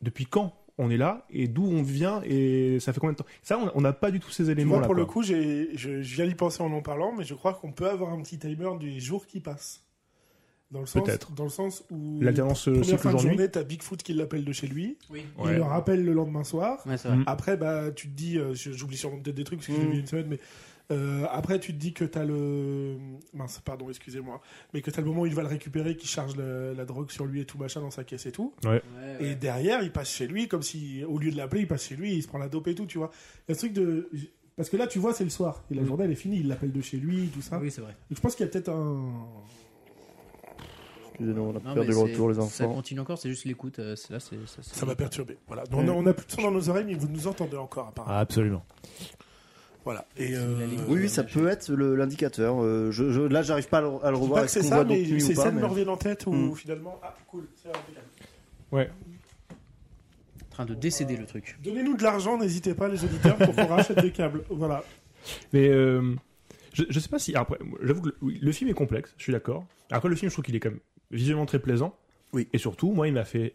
Speaker 2: depuis quand on est là et d'où on vient et ça fait combien de temps ça on- on n'a pas du tout ces
Speaker 1: tu
Speaker 2: éléments
Speaker 1: vois,
Speaker 2: là
Speaker 1: pour le coup, j'ai- je, je viens d'y penser en en parlant, mais je crois qu'on peut avoir un petit timer des jours qui passent. Dans le sens,
Speaker 2: Peut-être.
Speaker 1: dans le sens où
Speaker 2: l'alternance euh,
Speaker 1: Première
Speaker 2: cycle
Speaker 1: fin de
Speaker 2: journée
Speaker 1: journée, t'as Bigfoot qui l'appelle de chez lui.
Speaker 3: Oui.
Speaker 1: Il
Speaker 2: Ouais.
Speaker 1: le rappelle le lendemain soir.
Speaker 3: Ouais, c'est vrai.
Speaker 2: Mm.
Speaker 1: Après, bah, tu te dis, euh, je- j'oublie sûrement peut-être des trucs parce que j'ai
Speaker 4: Mm.
Speaker 1: vu une semaine, mais euh, après, tu te dis que t'as le. Mince, pardon, excusez-moi. Mais que t'as le moment où il va le récupérer, qui charge le- la drogue sur lui et tout machin dans sa caisse et tout.
Speaker 3: Ouais,
Speaker 1: Et
Speaker 3: ouais.
Speaker 1: derrière, il passe chez lui, comme si, au lieu de l'appeler, il passe chez lui, il se prend la dope et tout, tu vois. Il y a ce truc de. Parce que là, tu vois, c'est le soir. Et la
Speaker 2: Mm.
Speaker 1: journée, elle est finie. Il l'appelle de chez lui, tout ça.
Speaker 3: Oui, c'est vrai.
Speaker 1: Donc, je pense qu'il y a peut-être un.
Speaker 4: Excusez-nous, on a
Speaker 3: Non,
Speaker 4: perdu
Speaker 3: mais
Speaker 4: le
Speaker 3: c'est-
Speaker 4: retour, les
Speaker 3: Ça
Speaker 4: enfants.
Speaker 3: continue encore, c'est juste l'écoute. euh, c'est- là, c'est- ça, c'est-
Speaker 1: Ça m'a perturbé. Voilà. Donc, on, a, on a plus de son dans nos oreilles, mais vous nous entendez encore, apparemment.
Speaker 2: Ah, absolument
Speaker 1: Voilà. Et euh,
Speaker 3: La ligne.
Speaker 4: Oui, oui, ça peut être le- l'indicateur. Euh, je, je- là, j'arrive pas à le, à le
Speaker 1: je dis
Speaker 4: revoir.
Speaker 1: pas que c'est
Speaker 4: Est-ce qu'on
Speaker 1: ça,
Speaker 4: voit donc
Speaker 1: mais
Speaker 4: lui ou
Speaker 1: ces
Speaker 4: pas,
Speaker 1: scènes
Speaker 4: mais-
Speaker 1: me reviennent en tête où
Speaker 4: Mm.
Speaker 1: finalement, ah cool, c'est impeccable.
Speaker 3: en train de décéder le truc.
Speaker 1: Donnez-nous de l'argent, n'hésitez pas les auditeurs pour qu'on rachète des câbles. Voilà.
Speaker 2: mais euh, je, je sais pas si après moi, j'avoue que le, oui, le film est complexe je suis d'accord après le film je trouve qu'il est quand même visuellement très plaisant
Speaker 4: Oui.
Speaker 2: et surtout moi il m'a fait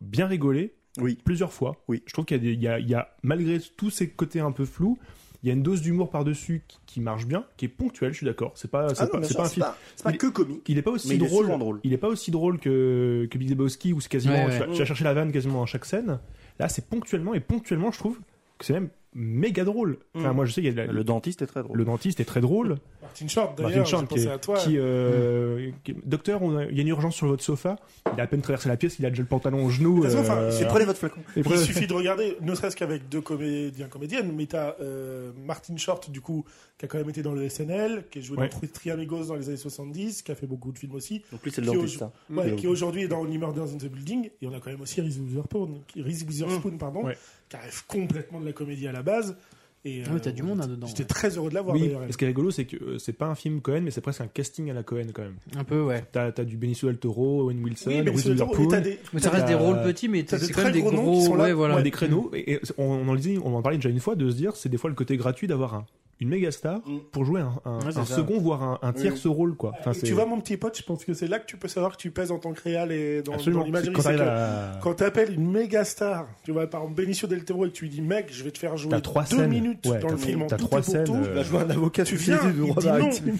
Speaker 2: bien rigoler
Speaker 4: Oui.
Speaker 2: plusieurs fois
Speaker 4: Oui.
Speaker 2: je trouve qu'il y a, des- il y a- il y a malgré tous ces côtés un peu flous il y a une dose d'humour par-dessus qui, qui marche bien qui est ponctuelle je suis d'accord c'est pas c'est
Speaker 4: Ah non,
Speaker 2: pas,
Speaker 4: bien
Speaker 2: c'est
Speaker 4: sûr,
Speaker 2: pas un film
Speaker 4: c'est pas
Speaker 2: Il-
Speaker 4: que comique.
Speaker 2: Il est pas aussi
Speaker 4: Mais il est
Speaker 2: drôle.
Speaker 4: souvent drôle.
Speaker 2: il est pas aussi drôle que, que Big Lebowski où c'est quasiment
Speaker 3: Ouais, ouais.
Speaker 2: Tu, vas, tu vas chercher la vanne quasiment dans chaque scène. Là, c'est ponctuellement et ponctuellement, je trouve que c'est même méga drôle. Enfin,
Speaker 4: Mm.
Speaker 2: moi, je sais qu'il y a de la-
Speaker 4: Le dentiste est très drôle.
Speaker 2: le dentiste est très drôle.
Speaker 1: Martin Short,
Speaker 2: Martin
Speaker 1: d'ailleurs,
Speaker 2: Short
Speaker 1: j'ai
Speaker 2: qui,
Speaker 1: pensé
Speaker 2: est-
Speaker 1: à toi. Mm.
Speaker 2: qui, euh, qui- docteur, on a- il y a une urgence sur votre sofa. Il a à peine traversé la pièce, il a déjà le pantalon au genou.
Speaker 1: De toute façon, enfin,
Speaker 2: euh,
Speaker 1: c'est-
Speaker 4: Prenez votre flacon.
Speaker 1: Il
Speaker 2: et après-
Speaker 1: suffit de regarder, ne serait-ce qu'avec deux comédiens, comédiennes, mais t'as euh, Martin Short, du coup, qui a quand même été dans le SNL, qui a joué
Speaker 2: Ouais.
Speaker 1: dans Triamigos dans les années 70, qui a fait beaucoup de films aussi,
Speaker 4: Donc lui, c'est le
Speaker 1: Qui
Speaker 4: dentiste. hein.
Speaker 1: Ouais,
Speaker 4: Mm.
Speaker 1: qui aujourd'hui est dans Only Murders in the Building, et on a quand même aussi Reese Witherspoon, qui, Reese Witherspoon,
Speaker 4: Hmm.
Speaker 1: pardon,
Speaker 2: Ouais.
Speaker 1: qui arrive complètement de la comédie à la base. Et,
Speaker 3: Ah oui, t'as du monde, hein, dedans.
Speaker 1: Euh, J'étais très heureux de la voir
Speaker 2: Oui,
Speaker 1: d'ailleurs. elle.
Speaker 2: ce qui est rigolo, c'est que euh, c'est pas un film Cohen, mais c'est presque un casting à la Cohen quand même.
Speaker 3: Un peu, ouais.
Speaker 2: T'as as du Benicio del Toro, Owen Wilson,
Speaker 1: Oui, mais
Speaker 2: Reese
Speaker 1: c'est le temps- et
Speaker 2: Witherspoon.
Speaker 1: t'as des-
Speaker 3: Mais ça
Speaker 2: T'as-
Speaker 3: reste des rôles petits, mais
Speaker 1: t'as
Speaker 3: c'est
Speaker 1: des
Speaker 3: quand
Speaker 1: très
Speaker 3: même des
Speaker 1: gros
Speaker 3: gros.
Speaker 1: noms qui sont là.
Speaker 3: ouais, voilà.
Speaker 2: Ouais, des créneaux. Et, et on, on en disait- on en parlait déjà une fois de se dire, c'est des fois le côté gratuit d'avoir un une méga star
Speaker 1: Mm.
Speaker 2: pour jouer un, un-
Speaker 3: Ouais, c'est
Speaker 2: un
Speaker 3: ça. Mm.
Speaker 2: second, voire un, un tierce rôle, quoi. Enfin,
Speaker 1: Et
Speaker 2: c'est-
Speaker 1: tu vois, mon petit pote, je pense que c'est là que tu peux savoir que tu pèses en tant que réal et dans,
Speaker 2: absolument.
Speaker 1: dans l'imagerie.
Speaker 2: Quand
Speaker 1: c'est
Speaker 2: t'arrives
Speaker 1: que
Speaker 2: à-
Speaker 1: Quand t'appelles une méga star, tu vois, par exemple Benicio del Toro, et que tu lui dis, mec, je vais te faire jouer
Speaker 2: T'as trois
Speaker 1: deux
Speaker 2: scènes.
Speaker 1: minutes
Speaker 2: Ouais,
Speaker 1: dans le
Speaker 2: t'as-
Speaker 1: film en
Speaker 2: t'as
Speaker 1: tout
Speaker 2: trois
Speaker 1: et pour
Speaker 2: scènes,
Speaker 1: tout,
Speaker 2: euh,
Speaker 4: Là, je vois un avocat
Speaker 1: tu
Speaker 4: suffisait
Speaker 1: viens,
Speaker 4: du
Speaker 1: il
Speaker 4: droit
Speaker 1: dit non.
Speaker 4: maritime.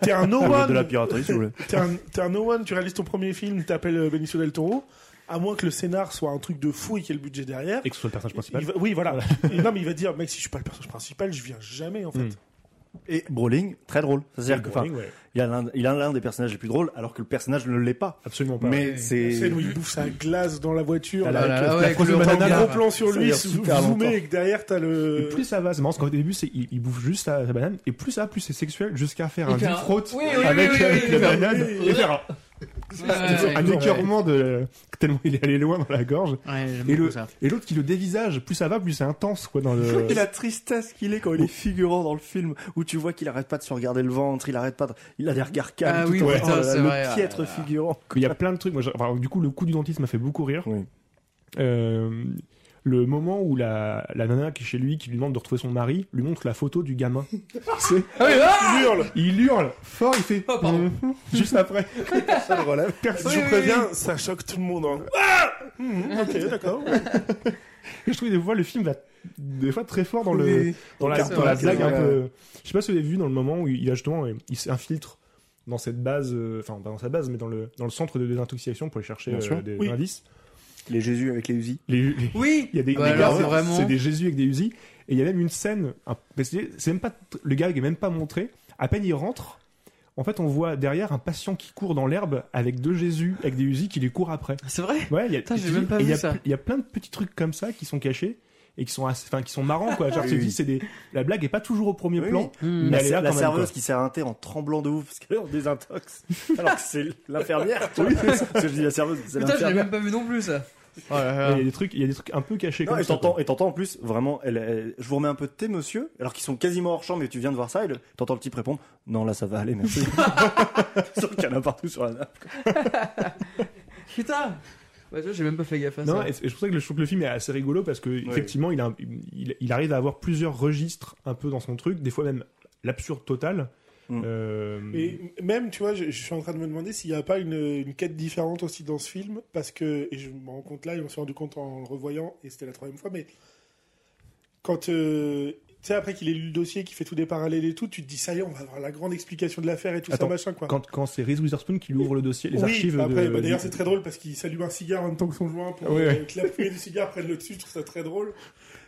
Speaker 1: T'es un no one.
Speaker 5: Ah, de la piraterie, si vous voulez.
Speaker 1: T'es un, t'es un no one, tu réalises ton premier film, t'appelles euh, Benicio del Toro, à moins que le scénar soit un truc de fou et qu'il y ait le budget derrière.
Speaker 2: Et que ce soit le personnage
Speaker 1: Il
Speaker 2: principal.
Speaker 1: va- oui, voilà. Et non, mais il va dire, mec, si je suis pas le personnage principal, je viens jamais, en fait.
Speaker 2: Mm.
Speaker 5: Et Brolin, très drôle. C'est-à-dire que, enfin,
Speaker 2: Brolin, ouais.
Speaker 5: il a l'un- il a l'un des personnages les plus drôles, alors que le personnage ne l'est pas.
Speaker 2: Absolument pas.
Speaker 5: Mais
Speaker 1: La scène
Speaker 5: c'est.
Speaker 1: où il bouffe sa glace dans la voiture,
Speaker 2: Ah,
Speaker 1: là,
Speaker 2: là,
Speaker 1: avec euh,
Speaker 2: là,
Speaker 1: le-
Speaker 2: la
Speaker 3: ouais, avec
Speaker 2: fausse
Speaker 3: le
Speaker 2: banane.
Speaker 1: un
Speaker 3: regard.
Speaker 1: gros plan sur
Speaker 5: Ça
Speaker 1: lui,
Speaker 5: dure super longtemps.
Speaker 1: zoomé, et que derrière, t'as
Speaker 2: Et
Speaker 1: le...
Speaker 2: plus ça va, c'est marrant, parce qu'au début, c'est- il, il bouffe juste sa, sa banane, et plus ça va, plus c'est sexuel, jusqu'à faire un
Speaker 3: Il fait
Speaker 2: deep
Speaker 3: un-
Speaker 2: throat
Speaker 3: Oui, oui, oui,
Speaker 2: avec,
Speaker 3: oui, oui,
Speaker 2: avec
Speaker 3: oui,
Speaker 2: la
Speaker 3: oui, oui.
Speaker 2: banane, et faire un,
Speaker 3: Ouais,
Speaker 2: un
Speaker 3: ouais,
Speaker 2: écœurement de, tellement il est allé loin dans la gorge.
Speaker 3: Ouais, j'aime
Speaker 2: Et
Speaker 3: beaucoup
Speaker 2: le-
Speaker 3: ça.
Speaker 2: Et l'autre qui le dévisage, plus ça va, plus c'est intense, quoi, dans le...
Speaker 5: Et la tristesse qu'il est quand il est figurant dans le film, où tu vois qu'il arrête pas de se regarder le ventre, il arrête pas de... Il a des regards calmes,
Speaker 3: Ah
Speaker 5: tout
Speaker 3: oui,
Speaker 5: en
Speaker 3: ouais,
Speaker 5: étant
Speaker 3: ça,
Speaker 5: le-
Speaker 3: c'est
Speaker 5: le
Speaker 3: vrai,
Speaker 5: piètre
Speaker 3: ouais.
Speaker 5: figurant.
Speaker 2: Il y a plein de trucs. Moi, j'ai- enfin, du coup, le coup du dentiste m'a fait beaucoup rire.
Speaker 5: Oui.
Speaker 2: Euh, le moment où la, la nana qui est chez lui, qui lui demande de retrouver son mari, lui montre la photo du gamin. C'est-
Speaker 3: Ah oui, ah
Speaker 1: Il hurle
Speaker 2: il hurle fort, il fait
Speaker 3: Oh, pardon.
Speaker 2: Mhm juste après.
Speaker 4: Ça le relève.
Speaker 2: Personne.
Speaker 1: Je vous préviens, ça choque tout le monde. hein. Ah Mhm, ok, d'accord.
Speaker 2: Et Je trouve que des fois le film va des fois très fort dans le dans la,
Speaker 3: C'est
Speaker 2: dans la
Speaker 3: vrai,
Speaker 2: blague
Speaker 4: c'est
Speaker 2: un
Speaker 4: vrai.
Speaker 2: peu. Je sais pas si vous avez vu dans le moment où il a justement euh, il s'infiltre dans cette base, euh, enfin pas dans sa base, mais dans le dans le centre de désintoxication pour aller chercher
Speaker 4: Bien
Speaker 2: euh,
Speaker 4: sûr.
Speaker 2: des
Speaker 1: Oui.
Speaker 2: indices.
Speaker 4: Les Jésus avec les Uzi.
Speaker 2: Les- les-
Speaker 3: Oui
Speaker 2: Il y a des,
Speaker 3: Ouais,
Speaker 2: des
Speaker 3: alors,
Speaker 2: gars,
Speaker 3: c'est
Speaker 2: c'est-
Speaker 3: vraiment-
Speaker 2: c'est des Jésus avec des Uzi. Et il y a même une scène, un- mais c'est c'est même pas, le gars est même pas montré. À peine il rentre, en fait, on voit derrière un patient qui court dans l'herbe avec deux Jésus, avec des Uzi qui lui courent après.
Speaker 3: C'est vrai
Speaker 2: Ouais, il y a,
Speaker 3: Putain, j'ai
Speaker 2: tu dis-
Speaker 3: même pas
Speaker 2: et il y a
Speaker 3: vu ça.
Speaker 2: pl- Il y a plein de petits trucs comme ça qui sont cachés et qui sont, assez- enfin, qui sont marrants, quoi. Genre,
Speaker 5: Oui,
Speaker 2: tu te
Speaker 5: oui.
Speaker 2: dis, c'est des, la blague est pas toujours au premier
Speaker 5: Oui,
Speaker 2: plan.
Speaker 3: Hmm.
Speaker 2: Mais
Speaker 5: La,
Speaker 2: elle est là
Speaker 5: la
Speaker 2: quand même,
Speaker 5: serveuse
Speaker 2: quoi.
Speaker 5: qui sert un thé en tremblant de ouf, parce qu'elle est en désintox. Alors que c'est l'infirmière. oui, parce que je dis la serveuse, c'est
Speaker 3: Putain, je l'ai
Speaker 5: l'infirmière.
Speaker 3: même pas vu non plus, ça.
Speaker 2: Il y a des trucs, il y a des trucs un peu cachés
Speaker 5: Non,
Speaker 2: comme
Speaker 5: et
Speaker 2: ça.
Speaker 5: t'entends,
Speaker 2: quoi.
Speaker 5: et t'entends en plus, vraiment, elle, elle- je vous remets un peu de thé, monsieur, alors qu'ils sont quasiment hors champ, mais tu viens de voir ça, et le- t'entends le type répondre, non, là, ça va aller, merci. Sauf qu'il y en a partout sur la nappe.
Speaker 3: Putain Bah, tu vois, j'ai même pas fait gaffe à
Speaker 2: Non,
Speaker 3: ça.
Speaker 2: et c'est et je trouve ça que je trouve que le film est assez rigolo parce que effectivement, il, a un- il, il arrive à avoir plusieurs registres un peu dans son truc, des fois même l'absurde total.
Speaker 5: Mm.
Speaker 2: Euh,
Speaker 1: Mais même, tu vois, je, je suis en train de me demander s'il n'y a pas une, une quête différente aussi dans ce film, parce que, et je me rends compte là, et je me suis rendu compte en le revoyant, et c'était la troisième fois, mais quand, euh, tu sais, après qu'il ait lu le dossier, qu'il fait tous des parallèles et tout, tu te dis, ça y est, on va avoir la grande explication de l'affaire et tout
Speaker 2: Attends,
Speaker 1: ça, machin, quoi.
Speaker 2: Quand, quand c'est Reese Witherspoon qui lui ouvre le dossier, les
Speaker 1: oui,
Speaker 2: archives.
Speaker 1: après,
Speaker 2: de-
Speaker 1: bah, d'ailleurs,
Speaker 2: du-
Speaker 1: c'est très drôle parce qu'il s'allume un cigare en même temps que son joint pour
Speaker 2: Oui,
Speaker 1: euh,
Speaker 2: oui.
Speaker 1: que la fumée du cigare prenne le dessus. Je trouve ça très drôle.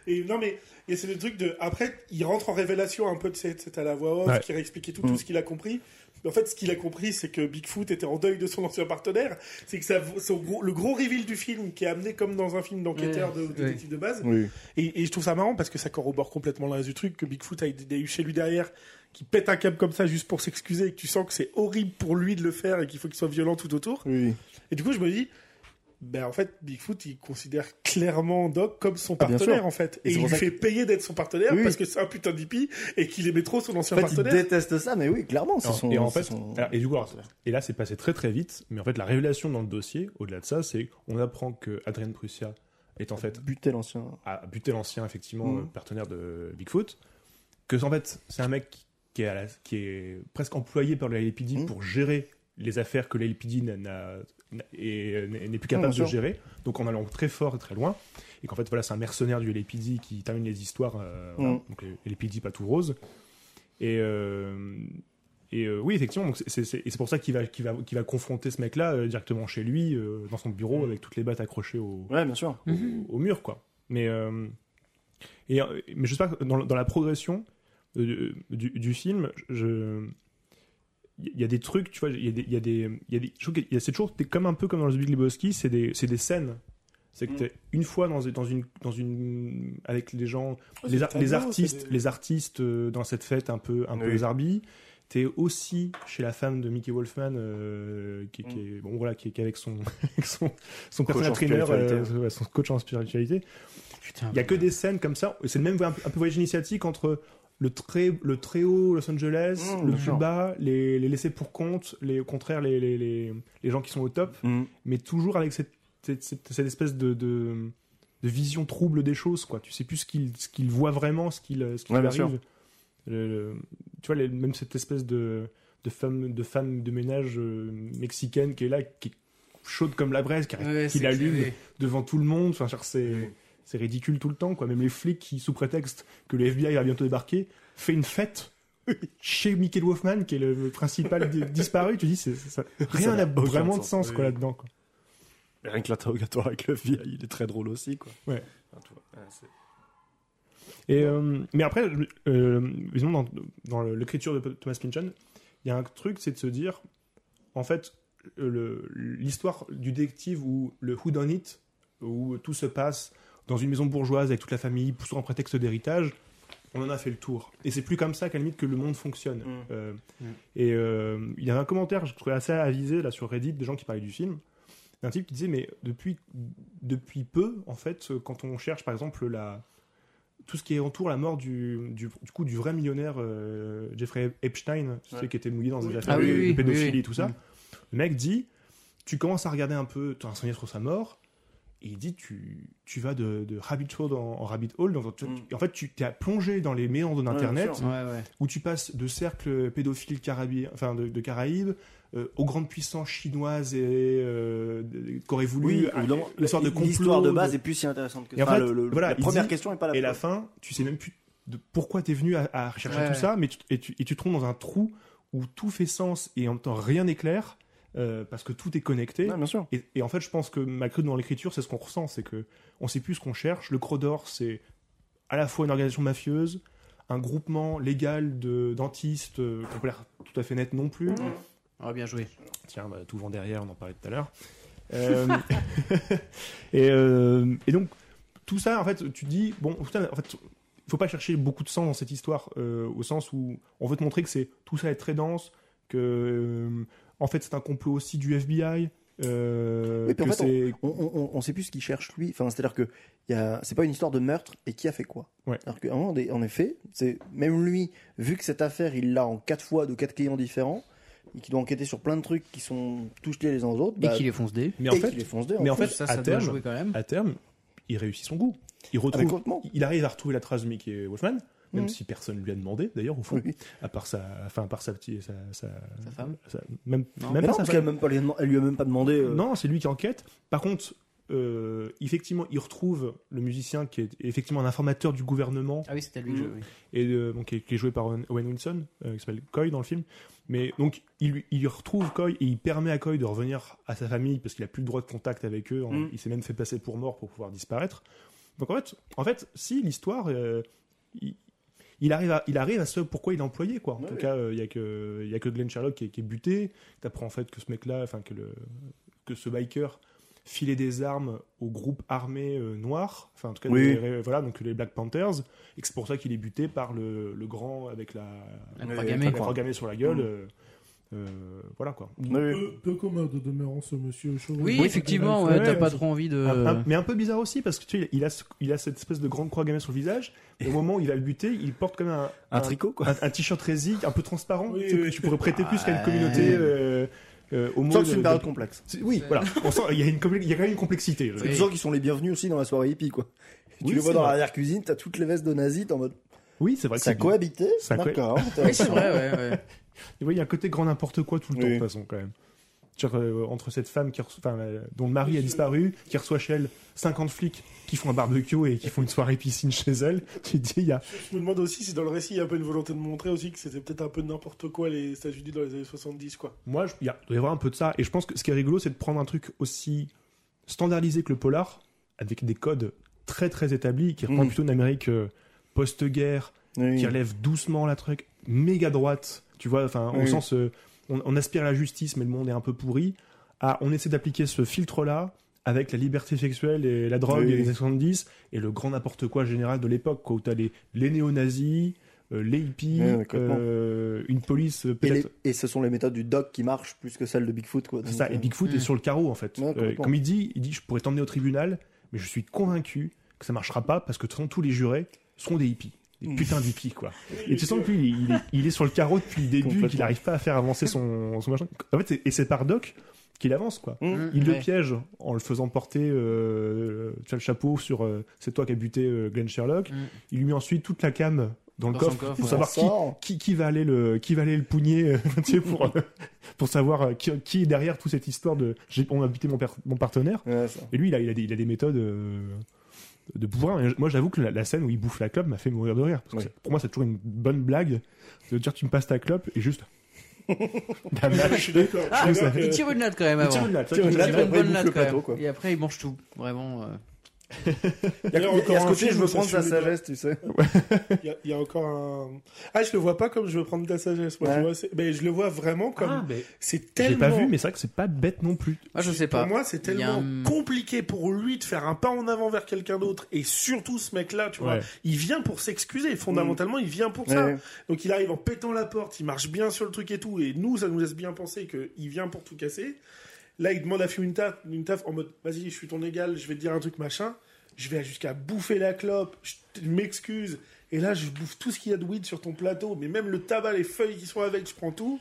Speaker 1: Et non, mais et c'est le truc de. Après, il rentre en révélation un peu de cette, cette à la voix off
Speaker 2: Ouais.
Speaker 1: qui réexpliquait tout,
Speaker 5: Mm.
Speaker 1: tout ce qu'il a compris. Mais en fait, ce qu'il a compris, c'est que Bigfoot était en deuil de son ancien partenaire. C'est que ça, son gros- le gros reveal du film qui est amené comme dans un film d'enquêteur
Speaker 3: Ouais,
Speaker 1: de,
Speaker 3: ouais.
Speaker 1: détective de base.
Speaker 4: Oui.
Speaker 1: Et, et je trouve ça marrant parce que ça corrobore complètement le reste du truc, que Bigfoot a des eu chez lui derrière, qui pète un câble comme ça juste pour s'excuser et que tu sens que c'est horrible pour lui de le faire et qu'il faut qu'il soit violent tout autour.
Speaker 4: Oui.
Speaker 1: Et du coup, je me dis, ben en fait, Bigfoot, il considère clairement Doc comme son
Speaker 4: Ah, bien
Speaker 1: partenaire,
Speaker 4: sûr.
Speaker 1: en fait. Et,
Speaker 4: Et c'est
Speaker 1: il
Speaker 4: pour
Speaker 1: lui
Speaker 4: ça
Speaker 1: fait payer d'être son partenaire
Speaker 4: Oui.
Speaker 1: parce que c'est un putain d'hippie et qu'il aimait trop son ancien
Speaker 4: En fait, il
Speaker 1: partenaire.
Speaker 4: déteste ça, mais oui, clairement, c'est
Speaker 2: Alors,
Speaker 4: son.
Speaker 2: et en
Speaker 4: c'est
Speaker 2: fait, ah,
Speaker 4: son-
Speaker 2: alors, et du coup, alors, et là, c'est passé très très vite. Mais en fait, la révélation dans le dossier, au-delà de ça, c'est qu'on apprend que Adrien Prussia est en fait
Speaker 4: buter l'ancien.
Speaker 2: à buter l'ancien effectivement
Speaker 4: Mhm.
Speaker 2: euh, partenaire de Bigfoot, que en fait c'est un mec qui est, à la- qui est presque employé par le LAPD
Speaker 4: Mhm.
Speaker 2: pour gérer les affaires que le LAPD n'a- n'a- n'a- et- euh, n'est n'est plus
Speaker 4: Mm, bien
Speaker 2: capable de
Speaker 4: sûr.
Speaker 2: gérer, donc en allant très fort et très loin, et qu'en fait voilà c'est un mercenaire du LAPD qui termine les histoires, euh, voilà.
Speaker 4: Mhm.
Speaker 2: donc le LAPD pas tout rose, et euh, et euh, oui, effectivement, donc c'est- c'est c'est- et c'est pour ça qu'il va, qu'il va, qu'il va confronter ce mec-là euh, directement chez lui, euh, dans son bureau,
Speaker 4: Mm.
Speaker 2: avec toutes les battes accrochées au,
Speaker 5: Ouais, bien sûr.
Speaker 2: au-
Speaker 3: Mhm.
Speaker 2: au, mur, quoi. Mais, euh, et, euh, mais je sais pas, dans, dans la progression euh, du, du film, je. Il y a des trucs, tu vois, il y a des. il Y a des, il y a des je trouve qu'il y a- c'est toujours t'es comme un peu comme dans le Big Lebowski, c'est des, c'est des scènes. C'est que
Speaker 1: Mm.
Speaker 2: t'es une fois dans, dans, une, dans une. avec les gens,
Speaker 1: Oh,
Speaker 2: les,
Speaker 1: c'est
Speaker 2: ar-
Speaker 1: très
Speaker 2: les
Speaker 1: bien,
Speaker 2: artistes,
Speaker 1: c'est des-
Speaker 2: les artistes euh, dans cette fête un peu, un peu
Speaker 5: Oui.
Speaker 2: les arbis. T'es aussi chez la femme de Mickey Wolfman, euh, qui, qui est bon voilà, qui, est- qui est avec son, avec son, son
Speaker 5: Mm. Coach
Speaker 2: personnel
Speaker 5: en
Speaker 2: trainer, euh,
Speaker 5: spiritualité.
Speaker 2: ouais, son coach en spiritualité.
Speaker 3: Putain.
Speaker 2: Il y a que des scènes comme ça. C'est le même un, un peu voyage initiatique entre le très le très haut Los Angeles,
Speaker 5: Mmh,
Speaker 2: le
Speaker 5: bien
Speaker 2: plus
Speaker 5: sûr.
Speaker 2: bas, les, les laissés pour compte, les au contraire les, les, les, les gens qui sont au top, mais toujours avec cette cette, cette- cette espèce de, de de vision trouble des choses quoi. Tu sais plus ce qu'ils ce qu'ils voient vraiment, ce qu'ils ce qui
Speaker 5: Ouais,
Speaker 2: lui
Speaker 5: bien sûr.
Speaker 2: arrive. le- le- tu vois, les- même cette espèce de, de, femme, de femme de ménage euh, mexicaine qui est là, qui est chaude comme la braise, qui,
Speaker 3: Ouais,
Speaker 2: qui
Speaker 3: c'est
Speaker 2: l'allume
Speaker 3: clair.
Speaker 2: devant tout le monde. Enfin, genre, c'est c'est ridicule tout le temps, quoi. Même les flics qui, sous prétexte que le FBI va bientôt débarquer, fait une fête chez Michael Wolfman, qui est le principal di- disparu. Tu dis, c'est- c'est- ça- rien
Speaker 5: n'a
Speaker 2: n'a
Speaker 5: aucun
Speaker 2: vraiment de
Speaker 5: sens,
Speaker 2: sens,
Speaker 5: oui.
Speaker 2: quoi, là-dedans. quoi.
Speaker 5: Rien que l'interrogatoire avec le FBI, il est très drôle aussi, quoi.
Speaker 2: Ouais.
Speaker 5: Enfin, tu vois, ouais, c'est-
Speaker 2: Et, euh, mais après, euh, disons, dans, dans le- l'écriture de Thomas Pynchon, il y a un truc, c'est de se dire, en fait, euh, le- l'histoire du détective ou le who done it, où tout se passe dans une maison bourgeoise avec toute la famille, sous un prétexte d'héritage, on en a fait le tour. Et c'est plus comme ça qu'à la limite que le monde fonctionne.
Speaker 5: Mm.
Speaker 2: Euh,
Speaker 3: Mm.
Speaker 2: Et euh, il y a un commentaire, je trouvais assez avisé là sur Reddit, des gens qui parlaient du film, d'un type qui disait mais depuis depuis peu en fait, euh, quand on cherche par exemple la tout ce qui entoure la mort du, du, du coup du vrai millionnaire euh, Jeffrey Epstein, celui
Speaker 5: Ouais.
Speaker 2: qui était mouillé dans des
Speaker 1: Oui.
Speaker 2: affaires
Speaker 3: Ah
Speaker 2: de,
Speaker 3: oui,
Speaker 2: de
Speaker 3: oui, oui,
Speaker 2: pédophilie
Speaker 3: oui.
Speaker 2: et tout ça,
Speaker 3: Mm.
Speaker 2: le mec dit tu commences à regarder un peu, tu as renseigné sur sa mort, et il dit tu, tu vas de, de rabbit hole en, en rabbit hole, dans- tu-
Speaker 5: Mm.
Speaker 2: et en fait tu t'es plongé dans les méandres
Speaker 5: bien
Speaker 2: d'internet,
Speaker 5: sûr.
Speaker 3: Ouais, ouais.
Speaker 2: où tu passes de cercles pédophiles carabi- enfin de, de Caraïbes euh, aux grandes puissances chinoises et euh, de- qu'auraient voulu
Speaker 5: Oui,
Speaker 4: euh,
Speaker 2: à-
Speaker 5: ou dans-
Speaker 2: l'histoire de complot,
Speaker 5: L'histoire de base
Speaker 2: de-
Speaker 5: est plus si intéressante que
Speaker 2: Et en
Speaker 5: ça.
Speaker 2: fait,
Speaker 5: le- le-
Speaker 2: voilà,
Speaker 5: la
Speaker 2: il
Speaker 5: première
Speaker 2: dit-
Speaker 5: question n'est pas la
Speaker 2: et la
Speaker 5: première.
Speaker 2: fin, tu sais même plus de pourquoi t'es venu à, à rechercher
Speaker 3: Ouais.
Speaker 2: tout ça, mais tu, et tu, et tu te trouves dans un trou où tout fait sens et en même temps rien n'est clair euh, parce que tout est connecté.
Speaker 5: Ouais, bien sûr.
Speaker 2: Et, et en fait, je pense que Macron dans l'écriture, c'est ce qu'on ressent, c'est que on sait plus ce qu'on cherche. Le Crodor, c'est à la fois une organisation mafieuse, un groupement légal de dentistes, euh, qui ont pas l'air tout à fait net non plus.
Speaker 3: Ah, bien joué.
Speaker 2: Tiens, bah, tout vent derrière, on en parlait tout à l'heure. Euh, et, euh, et donc, tout ça, en fait, tu te dis, bon, putain, en fait, faut pas chercher beaucoup de sens dans cette histoire, euh, au sens où on veut te montrer que c'est tout ça est très dense, que euh, en fait c'est un complot aussi du FBI. euh,
Speaker 4: Oui, puis en
Speaker 2: que
Speaker 4: fait,
Speaker 2: c'est
Speaker 4: On, on, on- on sait plus ce qu'il cherche lui. Enfin, c'est-à-dire que il y a, c'est pas une histoire de meurtre et qui a fait quoi.
Speaker 2: Ouais.
Speaker 4: Alors qu'à un moment, en effet, c'est même lui, vu que cette affaire, il l'a en quatre fois de quatre clients différents et qu'il doit enquêter sur plein de trucs qui sont tous liés les uns aux autres.
Speaker 3: Et
Speaker 4: bah,
Speaker 3: qu'il est fonce D.
Speaker 2: Mais en
Speaker 4: et
Speaker 2: fait,
Speaker 4: qu'il les fonce deux,
Speaker 2: mais en
Speaker 4: plus.
Speaker 2: fait,
Speaker 3: Ça,
Speaker 2: à
Speaker 3: ça doit
Speaker 2: terme,
Speaker 3: jouer quand même.
Speaker 2: à terme, il réussit son goût. Il
Speaker 4: Ah, mais
Speaker 2: retrouve,
Speaker 4: complètement.
Speaker 2: il arrive à retrouver la trace de Mickey Wolfman, même
Speaker 4: Mhm.
Speaker 2: si personne lui a demandé d'ailleurs au fond,
Speaker 4: Oui.
Speaker 2: à part sa, enfin à part sa petite, sa, sa-
Speaker 3: Sa femme.
Speaker 2: sa- même,
Speaker 3: Non.
Speaker 2: Euh, même
Speaker 4: Mais
Speaker 2: pas
Speaker 4: non,
Speaker 2: sa
Speaker 4: parce
Speaker 2: femme.
Speaker 4: qu'elle même pas lui a demand- elle lui a même pas demandé. euh,
Speaker 2: Non, c'est lui qui enquête. Par contre, euh, effectivement, il retrouve le musicien qui est effectivement un informateur du gouvernement
Speaker 3: Ah oui, c'était lui. que je- oui.
Speaker 2: et euh, bon, qui, est, qui est joué par Owen Owen Wilson, euh, qui s'appelle Coy dans le film. Mais donc, il, lui- il retrouve Coy et il permet à Coy de revenir à sa famille parce qu'il a plus le droit de contact avec eux. En-
Speaker 5: Mm.
Speaker 2: Il s'est même fait passer pour mort pour pouvoir disparaître. Donc en fait, en fait si l'histoire, euh, il, il arrive à, il arrive à ce pourquoi il est employé quoi. En
Speaker 5: Ouais,
Speaker 2: tout
Speaker 5: ouais.
Speaker 2: cas, euh, il y a que il y a que Glenn Sherlock qui est, qui est buté. T'apprends en fait que ce mec-là, enfin que le que ce biker filait des armes au groupe armé euh, noir, enfin en tout cas
Speaker 5: Oui.
Speaker 2: des- euh, voilà donc les Black Panthers et que c'est pour ça qu'il est buté par le, le grand avec la
Speaker 3: La
Speaker 5: Ouais,
Speaker 3: croix
Speaker 5: ouais,
Speaker 3: gammée.
Speaker 2: la
Speaker 5: d'accord.
Speaker 2: croix gammée sur la gueule.
Speaker 5: Mm.
Speaker 2: euh, euh, voilà quoi.
Speaker 5: Oui, oui.
Speaker 1: Peu, peu commun de demeurant ce monsieur Chauvet.
Speaker 3: Oui, effectivement,
Speaker 2: ouais,
Speaker 3: ouais, t'as
Speaker 2: ouais,
Speaker 3: pas trop envie de.
Speaker 2: Un- un- mais un peu bizarre aussi parce que tu sais, il a, ce- il a cette espèce de grande croix gammée sur le visage. Et au moment où il va le buter, il porte quand même un,
Speaker 5: Un tricot, quoi.
Speaker 2: un, un t-shirt résic un peu transparent
Speaker 1: Oui,
Speaker 2: tu sais, que
Speaker 1: oui.
Speaker 2: tu pourrais prêter plus qu'à une
Speaker 3: Ouais.
Speaker 2: communauté euh, euh,
Speaker 4: on
Speaker 2: homo.
Speaker 4: sent que c'est
Speaker 2: de-
Speaker 4: une période
Speaker 2: de-
Speaker 4: complexe.
Speaker 2: C'est- Oui, voilà. On sent il y a une compl- il y a quand même une complexité. je-
Speaker 4: C'est des
Speaker 3: Oui.
Speaker 4: gens qui sont les bienvenus aussi dans la soirée hippie quoi.
Speaker 2: Oui,
Speaker 4: tu les vois
Speaker 2: c'est
Speaker 4: dans
Speaker 2: vrai.
Speaker 4: l'arrière cuisine, t'as toutes les vestes de nazis, t'es en mode
Speaker 2: Oui, c'est vrai. que
Speaker 4: ça
Speaker 2: c'est-
Speaker 4: cohabitait,
Speaker 2: Ça cohab-
Speaker 4: d'accord.
Speaker 3: Oui, c'est vrai, ouais, ouais.
Speaker 2: Tu vois, il y a un côté grand n'importe quoi tout le temps
Speaker 4: Oui.
Speaker 2: de toute façon quand même. Genre, euh, entre cette femme qui reço- enfin, euh, dont le mari a disparu, qui reçoit chez elle 50 flics qui font un barbecue et qui font une soirée piscine chez elle, tu te dis il y a
Speaker 1: Je me demande aussi si dans le récit il y a un peu une volonté de montrer aussi que c'était peut-être un peu n'importe quoi les États-Unis dans les années 70 quoi.
Speaker 2: Moi, je- il y a- il doit y avoir un peu de ça. Et je pense que ce qui est rigolo, c'est de prendre un truc aussi standardisé que le polar, avec des codes très très établis, qui reprend
Speaker 4: Mhm.
Speaker 2: plutôt une Amérique euh, post-guerre, qui relève doucement la truc, méga droite, tu vois, enfin, au
Speaker 4: Oui.
Speaker 2: sens, euh, on, on aspire à la justice, mais le monde est un peu pourri, à on essaie d'appliquer ce filtre-là avec la liberté sexuelle et la drogue
Speaker 4: Oui.
Speaker 2: et les années 70 et le grand n'importe quoi général de l'époque, quoi, où t'as les, les néo-nazis, euh, les hippies,
Speaker 4: Ouais, ouais, complètement.
Speaker 2: euh, une police euh,
Speaker 4: Et,
Speaker 2: peut-être
Speaker 4: les- et ce sont les méthodes du doc qui marchent plus que celles de Bigfoot quoi.
Speaker 2: c'est ça,
Speaker 4: Donc,
Speaker 2: et
Speaker 4: euh,
Speaker 2: Bigfoot
Speaker 3: Mm.
Speaker 2: est sur le carreau en fait.
Speaker 4: Ouais,
Speaker 2: Euh,
Speaker 4: complètement.
Speaker 2: comme il dit, il dit je pourrais t'emmener au tribunal, mais je suis convaincu que ça marchera pas parce que de toute façon, tous les jurés seront des hippies. Des
Speaker 4: Mm.
Speaker 2: putains d'hippies, quoi. Et tu sens que lui, il est, il est sur le carreau depuis le début,
Speaker 4: Complètement.
Speaker 2: qu'il n'arrive pas à faire avancer son, son machin. En fait, c'est- et c'est par Doc qu'il avance, quoi.
Speaker 4: Mm.
Speaker 2: Il
Speaker 3: Ouais.
Speaker 2: le piège en le faisant porter euh, tu vois, le chapeau sur euh, c'est toi qui as buté euh, Glenn Sherlock.
Speaker 3: Mm.
Speaker 2: Il lui met ensuite toute la cam dans le
Speaker 3: Dans son
Speaker 2: coffre,
Speaker 3: coffre,
Speaker 2: pour
Speaker 3: ouais.
Speaker 2: savoir
Speaker 4: euh, Ça
Speaker 2: qui,
Speaker 4: sort.
Speaker 2: qui, qui va aller le qui va aller le pougner euh, tu sais, pour euh, pour savoir euh, qui, qui est derrière toute cette histoire de j'ai on a buté mon, per- mon partenaire
Speaker 4: Ouais, ça.
Speaker 2: et lui il a il a des, il a des méthodes euh, de pouvoir Et moi j'avoue que la, la scène où il bouffe la clope m'a fait mourir de rire parce que
Speaker 4: Ouais.
Speaker 2: c'est- pour moi c'est toujours une bonne blague de dire tu me passes ta clope et juste la mâche.
Speaker 1: suis d'accord. Ah, Je suis d'accord
Speaker 3: Il
Speaker 1: que-
Speaker 3: tire une latte quand même avant.
Speaker 2: Tiens, là, toi,
Speaker 4: Tiens,
Speaker 2: tu-
Speaker 3: Il
Speaker 4: là,
Speaker 3: tire
Speaker 4: après,
Speaker 3: une
Speaker 4: il
Speaker 3: bonne
Speaker 4: bouffe
Speaker 3: latte
Speaker 4: le
Speaker 3: quand
Speaker 4: plateau,
Speaker 3: même.
Speaker 4: quoi.
Speaker 3: Et après, il mange tout. Vraiment. euh.
Speaker 1: Il
Speaker 4: Il y a, il y a ce
Speaker 1: un
Speaker 4: côté, je
Speaker 1: film
Speaker 4: veux
Speaker 1: où ça
Speaker 4: prendre
Speaker 1: se
Speaker 4: sa
Speaker 1: filme dedans.
Speaker 4: sagesse, tu sais.
Speaker 1: euh, Il y a- il y, a encore un. Ah, je le vois pas comme je veux prendre ta sagesse. Moi,
Speaker 4: Ouais.
Speaker 1: je, vois, c'est- mais je le vois vraiment comme. c'est
Speaker 2: Je l'ai
Speaker 1: tellement.
Speaker 2: Ah, pas vu, mais c'est vrai que c'est pas bête non plus.
Speaker 3: Moi, je sais
Speaker 1: Pour
Speaker 3: pas.
Speaker 1: moi, c'est
Speaker 3: Il y a
Speaker 1: tellement
Speaker 3: un-
Speaker 1: compliqué pour lui de faire un pas en avant vers quelqu'un d'autre. Et surtout, ce mec-là, tu vois,
Speaker 2: Ouais.
Speaker 1: il vient pour s'excuser. Fondamentalement, il vient pour ça.
Speaker 4: Ouais.
Speaker 1: Donc, il arrive en pétant la porte, il marche bien sur le truc et tout. Et nous, ça nous laisse bien penser qu'il vient pour tout casser. Là, il demande à fumer une taf, une taf en mode Vas-y, je suis ton égal, je vais te dire un truc machin. Je vais jusqu'à bouffer la clope, je t- m'excuse. Et là, je bouffe tout ce qu'il y a de weed sur ton plateau, mais même le tabac, les feuilles qui sont avec, je prends tout.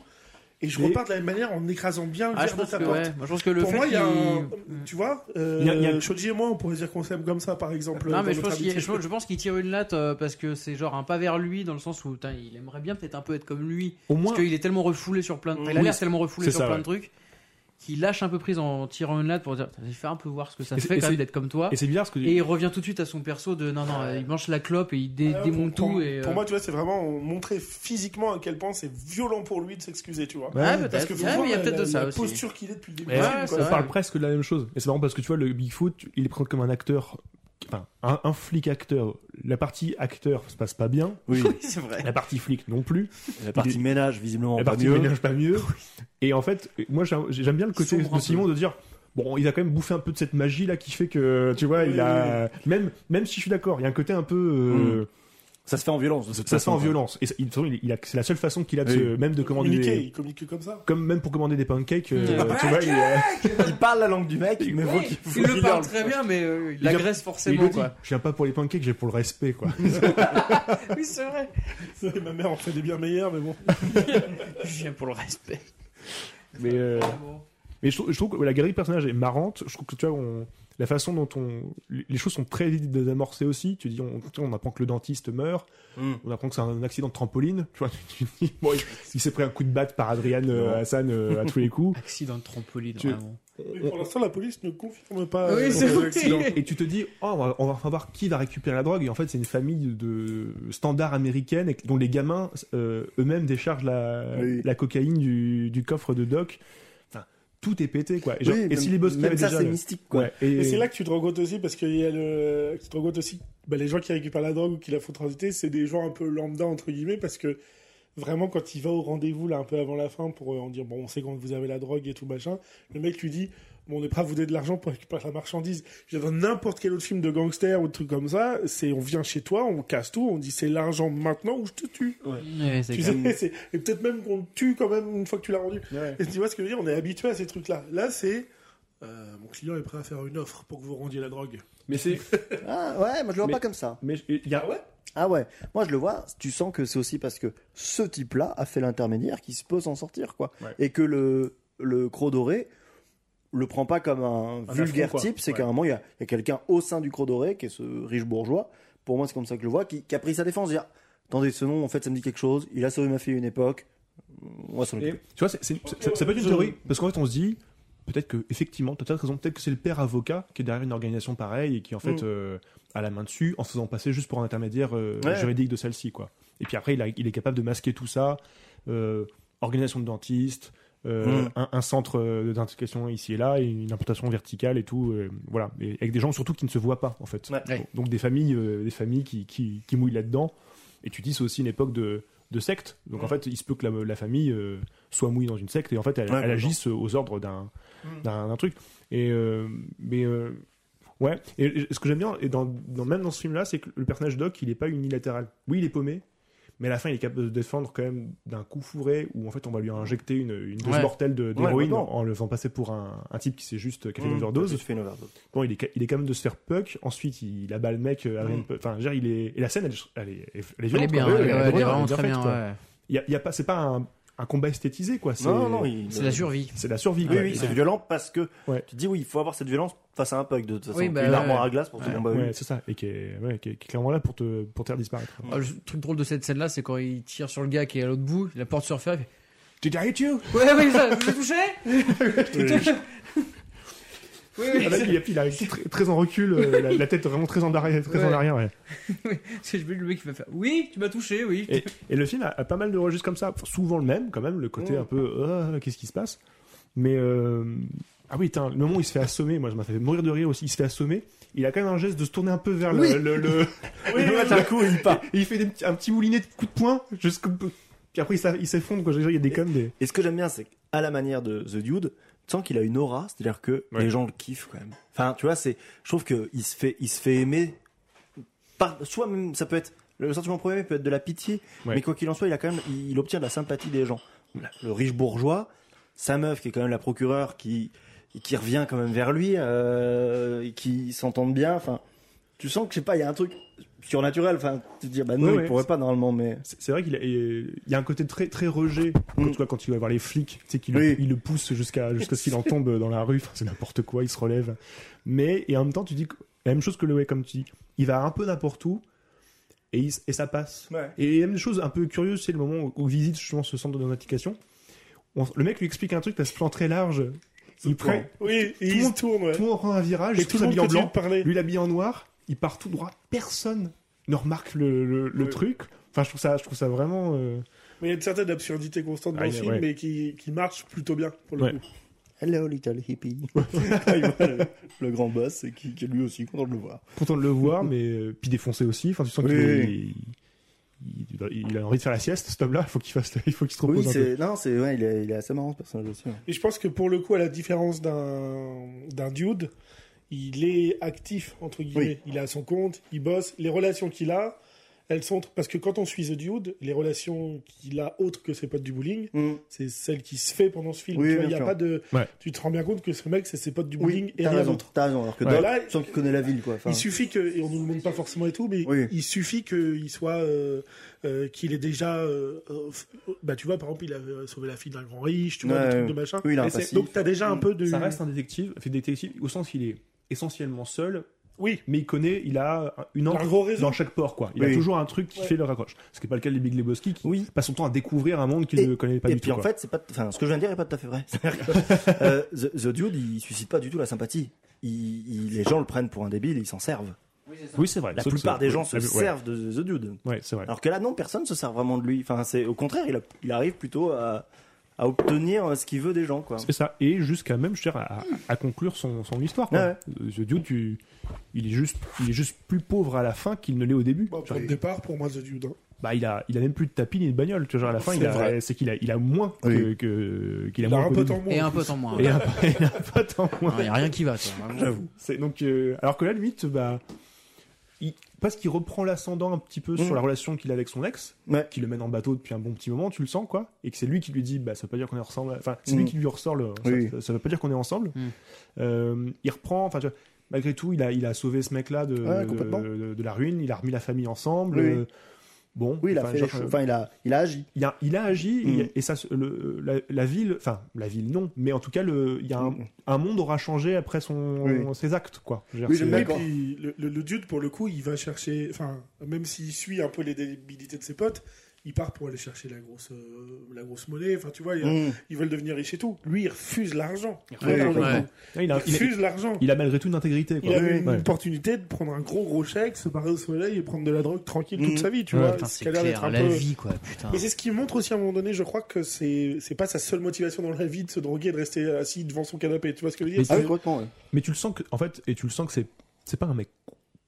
Speaker 1: Et je
Speaker 2: Mais-
Speaker 1: repars de la même manière en écrasant bien le
Speaker 3: Ah, je
Speaker 1: verre de
Speaker 3: pense
Speaker 1: ta
Speaker 3: que,
Speaker 1: porte.
Speaker 3: ouais. Moi, je pense que le
Speaker 1: Pour
Speaker 3: fait
Speaker 1: moi, il y a un...
Speaker 3: qu'il-
Speaker 1: Tu vois, euh,
Speaker 2: Il y a- il y a-
Speaker 1: Shoji et moi, on pourrait dire qu'on s'aime comme ça, par exemple.
Speaker 3: Non,
Speaker 1: dans
Speaker 3: mais je
Speaker 1: notre
Speaker 3: pense, qu'il,
Speaker 1: amitié.
Speaker 3: je pense- je pense qu'il tire une latte euh, parce que c'est genre un pas vers lui dans le sens où putain, il aimerait bien peut-être un peu être comme lui.
Speaker 2: Au moins,
Speaker 3: Parce qu'il est tellement refoulé sur plein de... enfin, il a
Speaker 2: Oui,
Speaker 3: l'air tellement refoulé
Speaker 2: c'est
Speaker 3: sur
Speaker 2: ça,
Speaker 3: plein
Speaker 2: ouais.
Speaker 3: de trucs qu'il lâche un peu prise en tirant une latte pour dire Putain, fait un peu voir ce que ça
Speaker 2: Et c'est-
Speaker 3: fait
Speaker 2: et
Speaker 3: quand même
Speaker 2: c'est-
Speaker 3: d'être comme toi.
Speaker 2: et c'est bizarre parce que
Speaker 3: Et il revient tout de suite à son perso de non, non, euh, il mange la clope et il dé-
Speaker 1: Ouais,
Speaker 3: démonte
Speaker 1: pour,
Speaker 3: tout.
Speaker 1: pour-
Speaker 3: et, euh,
Speaker 1: pour moi, tu vois, c'est vraiment montrer physiquement à quel point c'est violent pour lui de s'excuser, tu vois.
Speaker 2: Ouais,
Speaker 3: ouais, Bah, peut-être.
Speaker 1: Parce que faut
Speaker 3: Ouais, mais
Speaker 1: voir
Speaker 3: il y a
Speaker 1: la-
Speaker 3: peut-être de
Speaker 1: la-
Speaker 3: ça
Speaker 1: la
Speaker 3: aussi.
Speaker 1: posture qu'il est depuis le début.
Speaker 2: Ouais,
Speaker 1: du film, quoi.
Speaker 3: c'est
Speaker 2: on
Speaker 3: vrai.
Speaker 2: parle presque de la même chose. Et c'est marrant parce que tu vois, le Bigfoot, il est présenté comme un acteur, enfin, un, un flic acteur. La partie acteur se passe pas bien.
Speaker 5: Oui,
Speaker 3: c'est vrai.
Speaker 2: La partie flic non plus.
Speaker 5: la partie ménage, visiblement,
Speaker 2: la
Speaker 5: pas
Speaker 2: partie
Speaker 5: mieux.
Speaker 2: ménage pas mieux. Et en fait, moi, j'aime j'aime bien le côté
Speaker 3: Sombre un
Speaker 2: de Simon de dire. Bon, il a quand même bouffé un peu de cette magie là qui fait que, tu vois, il a. Même, même si je suis d'accord, il y a un côté un peu. euh,
Speaker 5: Ça se fait en violence, de toute
Speaker 2: Ça se fait
Speaker 5: façon,
Speaker 2: en
Speaker 5: quoi.
Speaker 2: violence. Et ça- il- de toute façon, il- il a- c'est la seule façon qu'il a de
Speaker 5: Oui.
Speaker 2: se- même de
Speaker 1: Il
Speaker 2: commander.
Speaker 1: communiquait,
Speaker 2: Des,
Speaker 1: il communiquait comme ça.
Speaker 2: comme même pour commander des pancakes, euh,
Speaker 3: Ouais.
Speaker 2: tu vois, il, euh,
Speaker 5: Il parle la langue du mec, mais faut qu'il faut
Speaker 3: Il le
Speaker 5: qu'il
Speaker 3: parle
Speaker 5: hurle.
Speaker 3: très bien, mais euh, il
Speaker 2: Il a-
Speaker 3: l'agresse
Speaker 2: il le
Speaker 3: forcément.
Speaker 2: dit.
Speaker 3: Quoi.
Speaker 2: Je viens pas pour les pancakes, j'ai pour le respect, quoi.
Speaker 3: Oui, c'est vrai.
Speaker 1: Et ma mère en fait des bien meilleurs, mais bon.
Speaker 3: Je viens pour le respect.
Speaker 2: mais, euh, mais je, trouve, je trouve que la galerie de personnages est marrante. Je trouve que tu vois, on- la façon dont on, les choses sont très vite désamorcées aussi. Tu dis, on, tu vois, on apprend que le dentiste meurt,
Speaker 5: Mm.
Speaker 2: on apprend que c'est un accident de trampoline. Tu vois, tu dis, bon, il, il s'est pris un coup de batte par Adrian euh,
Speaker 5: Non.
Speaker 2: Hassan euh, à tous les coups.
Speaker 3: Accident de trampoline,
Speaker 2: Tu-
Speaker 3: vraiment.
Speaker 5: Euh,
Speaker 1: Mais pour l'instant, la police ne confirme pas.
Speaker 3: Oui,
Speaker 1: euh,
Speaker 3: c'est
Speaker 1: son
Speaker 3: vrai.
Speaker 1: accident.
Speaker 2: Et tu te dis, oh, on va, on va enfin voir qui va récupérer la drogue. Et en fait, c'est une famille de standards américaines et que- dont les gamins euh, eux-mêmes déchargent la,
Speaker 4: Oui.
Speaker 2: la cocaïne du, du coffre de Doc. Enfin, tout est pété, quoi. Et, genre-
Speaker 4: Oui,
Speaker 2: et
Speaker 4: même-
Speaker 2: si les boss
Speaker 4: même
Speaker 2: avaient
Speaker 4: ça,
Speaker 2: déjà.
Speaker 4: c'est
Speaker 2: le-
Speaker 4: mystique, quoi.
Speaker 2: Ouais, et,
Speaker 1: Mais c'est là que tu te rends compte aussi, parce qu'il y a le. Tu te rends compte aussi, bah, les gens qui récupèrent la drogue ou qui la font transiter, c'est des gens un peu lambda, entre guillemets, parce que vraiment, quand il va au rendez-vous, là, un peu avant la fin, pour euh, en dire, bon, on sait quand vous avez la drogue et tout machin, le mec lui dit, bon, on est prêt à vous donner de l'argent pour récupérer la marchandise. Je veux dire, Dans n'importe quel autre film de gangster ou de trucs comme ça, c'est on vient chez toi, on casse tout, on dit c'est l'argent maintenant ou je te tue.
Speaker 3: Ouais, c'est
Speaker 1: Tu
Speaker 3: clair.
Speaker 1: sais, c'est- et peut-être même qu'on te tue quand même une fois que tu l'as rendu.
Speaker 4: Ouais.
Speaker 1: Et tu vois ce que je veux dire On est habitué à ces trucs-là. Là, c'est. euh, mon client est prêt à faire une offre pour que vous rendiez la drogue.
Speaker 2: mais c'est.
Speaker 4: Ah ouais, moi je le vois
Speaker 2: Mais-
Speaker 4: pas comme ça.
Speaker 2: Mais il y a.
Speaker 4: Ah ouais, moi je le vois, tu sens que c'est aussi parce que ce type-là a fait l'intermédiaire qui se peut s'en sortir, quoi.
Speaker 2: Ouais.
Speaker 4: Et que le, le Croc Doré le prend pas comme un,
Speaker 2: affront,
Speaker 4: vulgaire
Speaker 2: quoi.
Speaker 4: type, c'est
Speaker 2: Ouais.
Speaker 4: qu'à un moment il y a, il y a quelqu'un au sein du Croc Doré, qui est ce riche bourgeois, pour moi c'est comme ça que je le vois, qui, qui a pris sa défense, dire Attendez, ce nom en fait ça me dit quelque chose, il a sauvé ma fille à une époque, euh, on va s'en
Speaker 2: Et,
Speaker 4: occuper.
Speaker 2: tu vois, c'est- c'est- ça- ça peut être une théorie. Parce qu'en fait, on se dit, peut-être que, effectivement, t'as peut-être raison, peut-être que c'est le père avocat qui est derrière une organisation pareille et qui, en fait, euh, a la main dessus en se faisant passer juste pour un intermédiaire euh,
Speaker 4: Ouais.
Speaker 2: juridique de celle-ci, quoi. Et puis après, il, a- il est capable de masquer tout ça. euh, organisation de dentistes, euh,
Speaker 5: Mm.
Speaker 2: un, un centre euh, d'indication ici et là, et une implantation verticale et tout. euh, voilà. Et avec des gens surtout qui ne se voient pas, en fait.
Speaker 5: Ouais.
Speaker 3: Ouais.
Speaker 2: Donc des familles, euh, des familles qui, qui, qui mouillent là-dedans. Et tu dis, c'est aussi une époque de, de secte. Donc en fait, il se peut que la, la famille euh, soit mouillée dans une secte et en fait, elle,
Speaker 5: Ouais,
Speaker 2: elle agisse aux ordres d'un d'un d'un truc. Et euh, mais euh, ouais. Et, et ce que j'aime bien, et dans, dans- même dans ce film-là, c'est que le personnage Doc, il est pas unilatéral. Oui, il est paumé. Mais à la fin, il est capable de se défendre quand même d'un coup fourré où en fait on va lui injecter une, une dose
Speaker 3: Ouais.
Speaker 2: mortelle de- d'héroïne
Speaker 5: complètement.
Speaker 2: en le faisant passer pour un, un type qui s'est juste qui a fait une
Speaker 5: Mm.
Speaker 2: overdose.
Speaker 5: Tu fais une overdose.
Speaker 2: Bon, il est, ca- il est quand même de se faire puck. Ensuite, il, il abat le mec. euh, Adrien
Speaker 5: Mm.
Speaker 2: Puck. Enfin, je veux dire, il est. Et la scène, elle, elle est, elle est
Speaker 3: Elle est
Speaker 2: violente,
Speaker 3: bien,
Speaker 2: quoi.
Speaker 3: ouais,
Speaker 2: Ouais,
Speaker 3: ouais,
Speaker 2: est
Speaker 3: elle est
Speaker 2: drôle,
Speaker 3: vraiment
Speaker 2: bien
Speaker 3: très
Speaker 2: faite,
Speaker 3: bien.
Speaker 2: quoi.
Speaker 3: ouais.
Speaker 2: Il y a- il y a pas, c'est pas un, un combat esthétisé, quoi. C'est-
Speaker 5: Non, non, non. il-
Speaker 3: C'est la survie.
Speaker 2: C'est la survie.
Speaker 5: Oui, oui, c'est violent parce que
Speaker 2: Ouais.
Speaker 5: tu te dis, oui, il faut avoir cette violence
Speaker 4: face à un pug de toute façon.
Speaker 3: Oui, bah,
Speaker 4: une
Speaker 3: ouais,
Speaker 4: armoire
Speaker 3: ouais.
Speaker 4: à glace pour tout le
Speaker 2: Ouais,
Speaker 4: monde. Bah
Speaker 2: c'est ça, et qui est, ouais, qui est- qui est clairement là pour te, pour te faire disparaître.
Speaker 3: Ah, le truc drôle de cette scène-là, c'est quand il tire sur le gars qui est à l'autre bout, la porte se referme.
Speaker 2: Did I hit you
Speaker 3: il fait, Ouais, oui, ça, vous l'avez touché Oui, oui,
Speaker 2: Ah, là, il, a, il a très, très en recul, euh, la, la tête vraiment très en arrière. Très en
Speaker 3: Ouais.
Speaker 2: arrière ouais.
Speaker 3: c'est je veux le mec qui va faire. Oui, tu m'as touché, oui.
Speaker 2: Et, et le film a, a pas mal de registres comme ça, Enfin, souvent le même quand même, le côté
Speaker 4: Mm.
Speaker 2: un peu Ah, qu'est-ce qui se passe. Mais euh, ah oui, tain, le moment où il se fait assommer, moi je m'a fait mourir de rire aussi, il se fait assommer, il a quand même un geste de se tourner un peu vers le, le, le- le-
Speaker 4: D'un coup, il part.
Speaker 2: et il fait des petits- un petit moulinet de coups de poing jusqu'au puis après il s'a- il s'effondre quoi. Je veux dire, Il y a des comme des
Speaker 4: Et ce que j'aime bien, c'est qu'à la manière de The Dude, tu sens qu'il a une aura, c'est-à-dire que
Speaker 2: Ouais.
Speaker 4: les gens le kiffent quand même. Enfin, tu vois, c'est, je trouve que il se fait, il se fait aimer. Par, soit même, ça peut être le sentiment premier peut être de la pitié,
Speaker 2: Ouais.
Speaker 4: mais quoi qu'il en soit, il a quand même, il, il obtient de la sympathie des gens. Le riche bourgeois, sa meuf qui est quand même la procureure, qui qui revient quand même vers lui, euh, et qui s'entendent bien. Enfin, tu sens que je sais pas, il y a un truc surnaturel. Enfin, tu te dis, bah non,
Speaker 2: Ouais,
Speaker 4: il
Speaker 2: ouais,
Speaker 4: pourrait
Speaker 2: c'est-
Speaker 4: pas normalement, mais
Speaker 2: C'est c'est vrai qu'il a, il y a un côté très très rejet quand,
Speaker 4: Mm.
Speaker 2: tu vois, quand tu vas voir les flics, tu sais qu'il
Speaker 4: Oui.
Speaker 2: il le pousse jusqu'à jusqu'à ce qu'il en tombe dans la rue, Enfin, c'est n'importe quoi, il se relève. Mais et en même temps, tu dis que- la même chose que le way comme tu dis, il va un peu n'importe où et, il s- et ça passe.
Speaker 4: Ouais.
Speaker 2: Et il y a même chose un peu curieuse, c'est le moment où, où visite justement ce centre d'identification. On- le mec lui explique un truc parce que plan très large, il prend,
Speaker 1: Oui, et
Speaker 2: Tout le
Speaker 1: il se
Speaker 2: monde-
Speaker 1: tourne, ouais.
Speaker 2: tout le monde prend un virage,
Speaker 1: Et tout le monde
Speaker 2: habillé en
Speaker 1: continue de
Speaker 2: blanc.
Speaker 1: parler.
Speaker 2: Lui, l'habillé en noir, il part tout droit. Personne ne remarque le, le- le
Speaker 1: Ouais.
Speaker 2: truc. Enfin, je trouve ça, je trouve ça vraiment. euh,
Speaker 1: Mais il y a une certaine absurdité constante dans
Speaker 2: Ah,
Speaker 1: le
Speaker 2: il y a-
Speaker 1: film,
Speaker 2: ouais.
Speaker 1: mais qui, qui marche plutôt bien, pour le
Speaker 2: Ouais.
Speaker 1: coup.
Speaker 6: Hello, little hippie. le, le grand boss et qui, qui est lui aussi content de le voir.
Speaker 2: content de le voir, mais euh, puis défoncé aussi. Enfin, tu sens
Speaker 4: Oui,
Speaker 2: qu'il il- il- il a envie de faire la sieste, cet homme-là. Il faut qu'il fasse, il faut qu'il se
Speaker 4: oui,
Speaker 2: repose un peu.
Speaker 4: c'est, non, c'est, ouais, il est, il est assez marrant ce personnage aussi. ouais.
Speaker 1: Et je pense que pour le coup, à la différence d'un d'un dude, il est actif, entre guillemets. Il est à son compte, il bosse. Les relations qu'il a, elles sont... Parce que quand on suit The Dude, les relations qu'il a autres que ses potes du bowling,
Speaker 4: Mm.
Speaker 1: c'est celle qui se fait pendant ce film.
Speaker 4: Oui,
Speaker 1: tu, vois,
Speaker 4: bien
Speaker 1: il y a
Speaker 4: sûr.
Speaker 1: pas de...
Speaker 2: Ouais.
Speaker 1: tu te rends bien compte que ce mec, c'est ses potes du bowling
Speaker 4: Oui,
Speaker 1: et
Speaker 4: t'as
Speaker 1: rien
Speaker 4: raison,
Speaker 1: d'autre.
Speaker 4: t'as raison. Alors que
Speaker 2: Ouais.
Speaker 4: Doc,
Speaker 1: Là,
Speaker 4: tu sens qu'il connaît la ville, quoi. Enfin,
Speaker 1: Il suffit que, et on nous le montre pas forcément et tout, mais
Speaker 4: Oui.
Speaker 1: il suffit qu'il soit, euh, euh, qu'il est déjà, euh, euh, f- bah tu vois, par exemple, il a euh, sauvé la fille d'un grand riche, tu vois,
Speaker 4: Ouais,
Speaker 1: des trucs
Speaker 4: ouais.
Speaker 1: de machin.
Speaker 4: Oui, il a un
Speaker 1: Et c'est-
Speaker 4: passif.
Speaker 1: Donc t'as déjà un peu de.
Speaker 2: Ça reste un détective, fait détective au sens qu'il est essentiellement seul,
Speaker 1: Oui,
Speaker 2: mais il connaît, il a une
Speaker 1: un
Speaker 2: encre
Speaker 1: gros réseau.
Speaker 2: dans chaque port, quoi. Il a
Speaker 4: Oui.
Speaker 2: toujours un truc qui
Speaker 1: Ouais.
Speaker 2: fait le raccroche. Ce qui n'est pas le cas des Big Lebowski, qui
Speaker 4: Oui.
Speaker 2: passe son temps à découvrir un monde qu'il
Speaker 4: Et-
Speaker 2: ne connaît pas
Speaker 4: et
Speaker 2: du
Speaker 4: puis
Speaker 2: tout.
Speaker 4: en
Speaker 2: quoi.
Speaker 4: fait, c'est pas, enfin, ce que je viens de dire est pas tout à fait vrai. C'est-à-dire que, euh, The, The Dude, il suscite pas du tout la sympathie. Il- il- les gens le prennent pour un débile, et ils s'en servent.
Speaker 2: oui, c'est vrai.
Speaker 4: La
Speaker 2: Sauf que
Speaker 4: plupart
Speaker 2: c'est-
Speaker 4: des gens se
Speaker 2: ouais.
Speaker 4: servent de The Dude.
Speaker 2: Ouais, c'est vrai.
Speaker 4: Alors que là, non, personne se sert vraiment de lui. Enfin, c'est au contraire, il, a- il arrive plutôt à, à obtenir euh, ce qu'il veut des gens, quoi.
Speaker 2: C'est ça. Et jusqu'à même, je veux dire, à, à conclure son, son histoire. Quoi.
Speaker 4: Ah
Speaker 2: Euh,
Speaker 4: Ouais,
Speaker 2: The Dude, tu- il, est juste, il est juste plus pauvre à la fin qu'il ne l'est au début.
Speaker 1: Bon, pour
Speaker 2: Genre,
Speaker 1: le départ, pour moi, The Dude. hein.
Speaker 2: bah il a il a même plus de tapis ni de bagnole tu vois genre à la fin
Speaker 1: C'est
Speaker 2: il a
Speaker 1: vrai.
Speaker 2: c'est qu'il a il a moins que-
Speaker 4: Oui.
Speaker 2: que
Speaker 1: Il
Speaker 2: qu'il a,
Speaker 1: a,
Speaker 2: moins
Speaker 1: un hein.
Speaker 2: qu'au
Speaker 1: pote
Speaker 2: début.
Speaker 1: en moins.
Speaker 3: Et
Speaker 1: en
Speaker 3: un
Speaker 1: plus.
Speaker 3: pote en moins.
Speaker 2: et
Speaker 3: Il
Speaker 2: un, et un pote en moins
Speaker 3: n'y a rien qui va, quoi. vraiment.
Speaker 2: c'est donc euh, alors que là limite bah il, parce qu'il reprend l'ascendant un petit peu
Speaker 6: Mm.
Speaker 4: Mhm.
Speaker 2: sur la relation qu'il a avec son ex
Speaker 4: Ouais.
Speaker 2: qui le mène en bateau depuis un bon petit moment tu le sens quoi et que c'est lui qui lui dit bah ça veut pas dire qu'on est ensemble enfin c'est lui
Speaker 6: Mm.
Speaker 4: Mhm.
Speaker 2: qui lui ressort le
Speaker 4: Oui.
Speaker 2: ça, ça veut pas dire qu'on est ensemble
Speaker 3: Mhm.
Speaker 2: Euh, il reprend enfin tu vois, malgré tout il a il a sauvé ce mec là de
Speaker 6: Ouais,
Speaker 2: de,
Speaker 6: complètement.
Speaker 2: de- de la ruine il a remis la famille ensemble
Speaker 4: Oui.
Speaker 2: euh, bon
Speaker 6: Oui, il a
Speaker 2: enfin,
Speaker 6: fait
Speaker 2: genre,
Speaker 6: les choses.
Speaker 2: euh,
Speaker 6: Enfin, il a, il a agi.
Speaker 2: il a, il a agi
Speaker 4: Mm.
Speaker 2: et- et ça se- le, la, la ville enfin la ville non mais en tout cas le il y a un,
Speaker 4: Mm.
Speaker 2: un monde aura changé après son
Speaker 4: Oui.
Speaker 2: ses actes quoi Je veux dire,
Speaker 4: Oui,
Speaker 2: c'est-
Speaker 4: le
Speaker 1: Et
Speaker 4: mec- D'accord.
Speaker 1: puis, le, le- le dude, pour le coup, il va chercher, enfin, même s'il suit un peu les débilités de ses potes, il part pour aller chercher la grosse, euh, la grosse monnaie. Enfin, tu vois, il y a-
Speaker 4: Mm.
Speaker 1: ils veulent devenir riches et tout. Lui, il refuse l'argent. Il
Speaker 4: Ouais,
Speaker 1: refuse
Speaker 4: ouais.
Speaker 1: l'argent.
Speaker 2: Ah, il, a,
Speaker 1: Il
Speaker 2: il a-
Speaker 1: refuse l'argent.
Speaker 2: il a malgré tout une intégrité
Speaker 1: Il
Speaker 2: quoi.
Speaker 1: avait une
Speaker 2: Ouais.
Speaker 1: opportunité de prendre un gros gros chèque, se barrer au soleil et prendre de la drogue tranquille
Speaker 4: Mhm.
Speaker 1: toute sa vie, tu
Speaker 2: Ouais.
Speaker 1: vois.
Speaker 3: Putain,
Speaker 1: Ce
Speaker 3: c'est
Speaker 1: qui a l'air d'être
Speaker 3: clair,
Speaker 1: un
Speaker 3: la
Speaker 1: peu-
Speaker 3: vie, quoi, putain.
Speaker 1: Mais c'est ce qui montre aussi à un moment donné, je crois que c'est c'est pas sa seule motivation dans la vie de se droguer et de rester assis devant son canapé, tu vois ce que je veux dire
Speaker 2: Mais
Speaker 6: Mm.
Speaker 4: Ah oui, complètement, ouais.
Speaker 2: mais tu le sens que en fait et tu le sens que c'est c'est pas un mec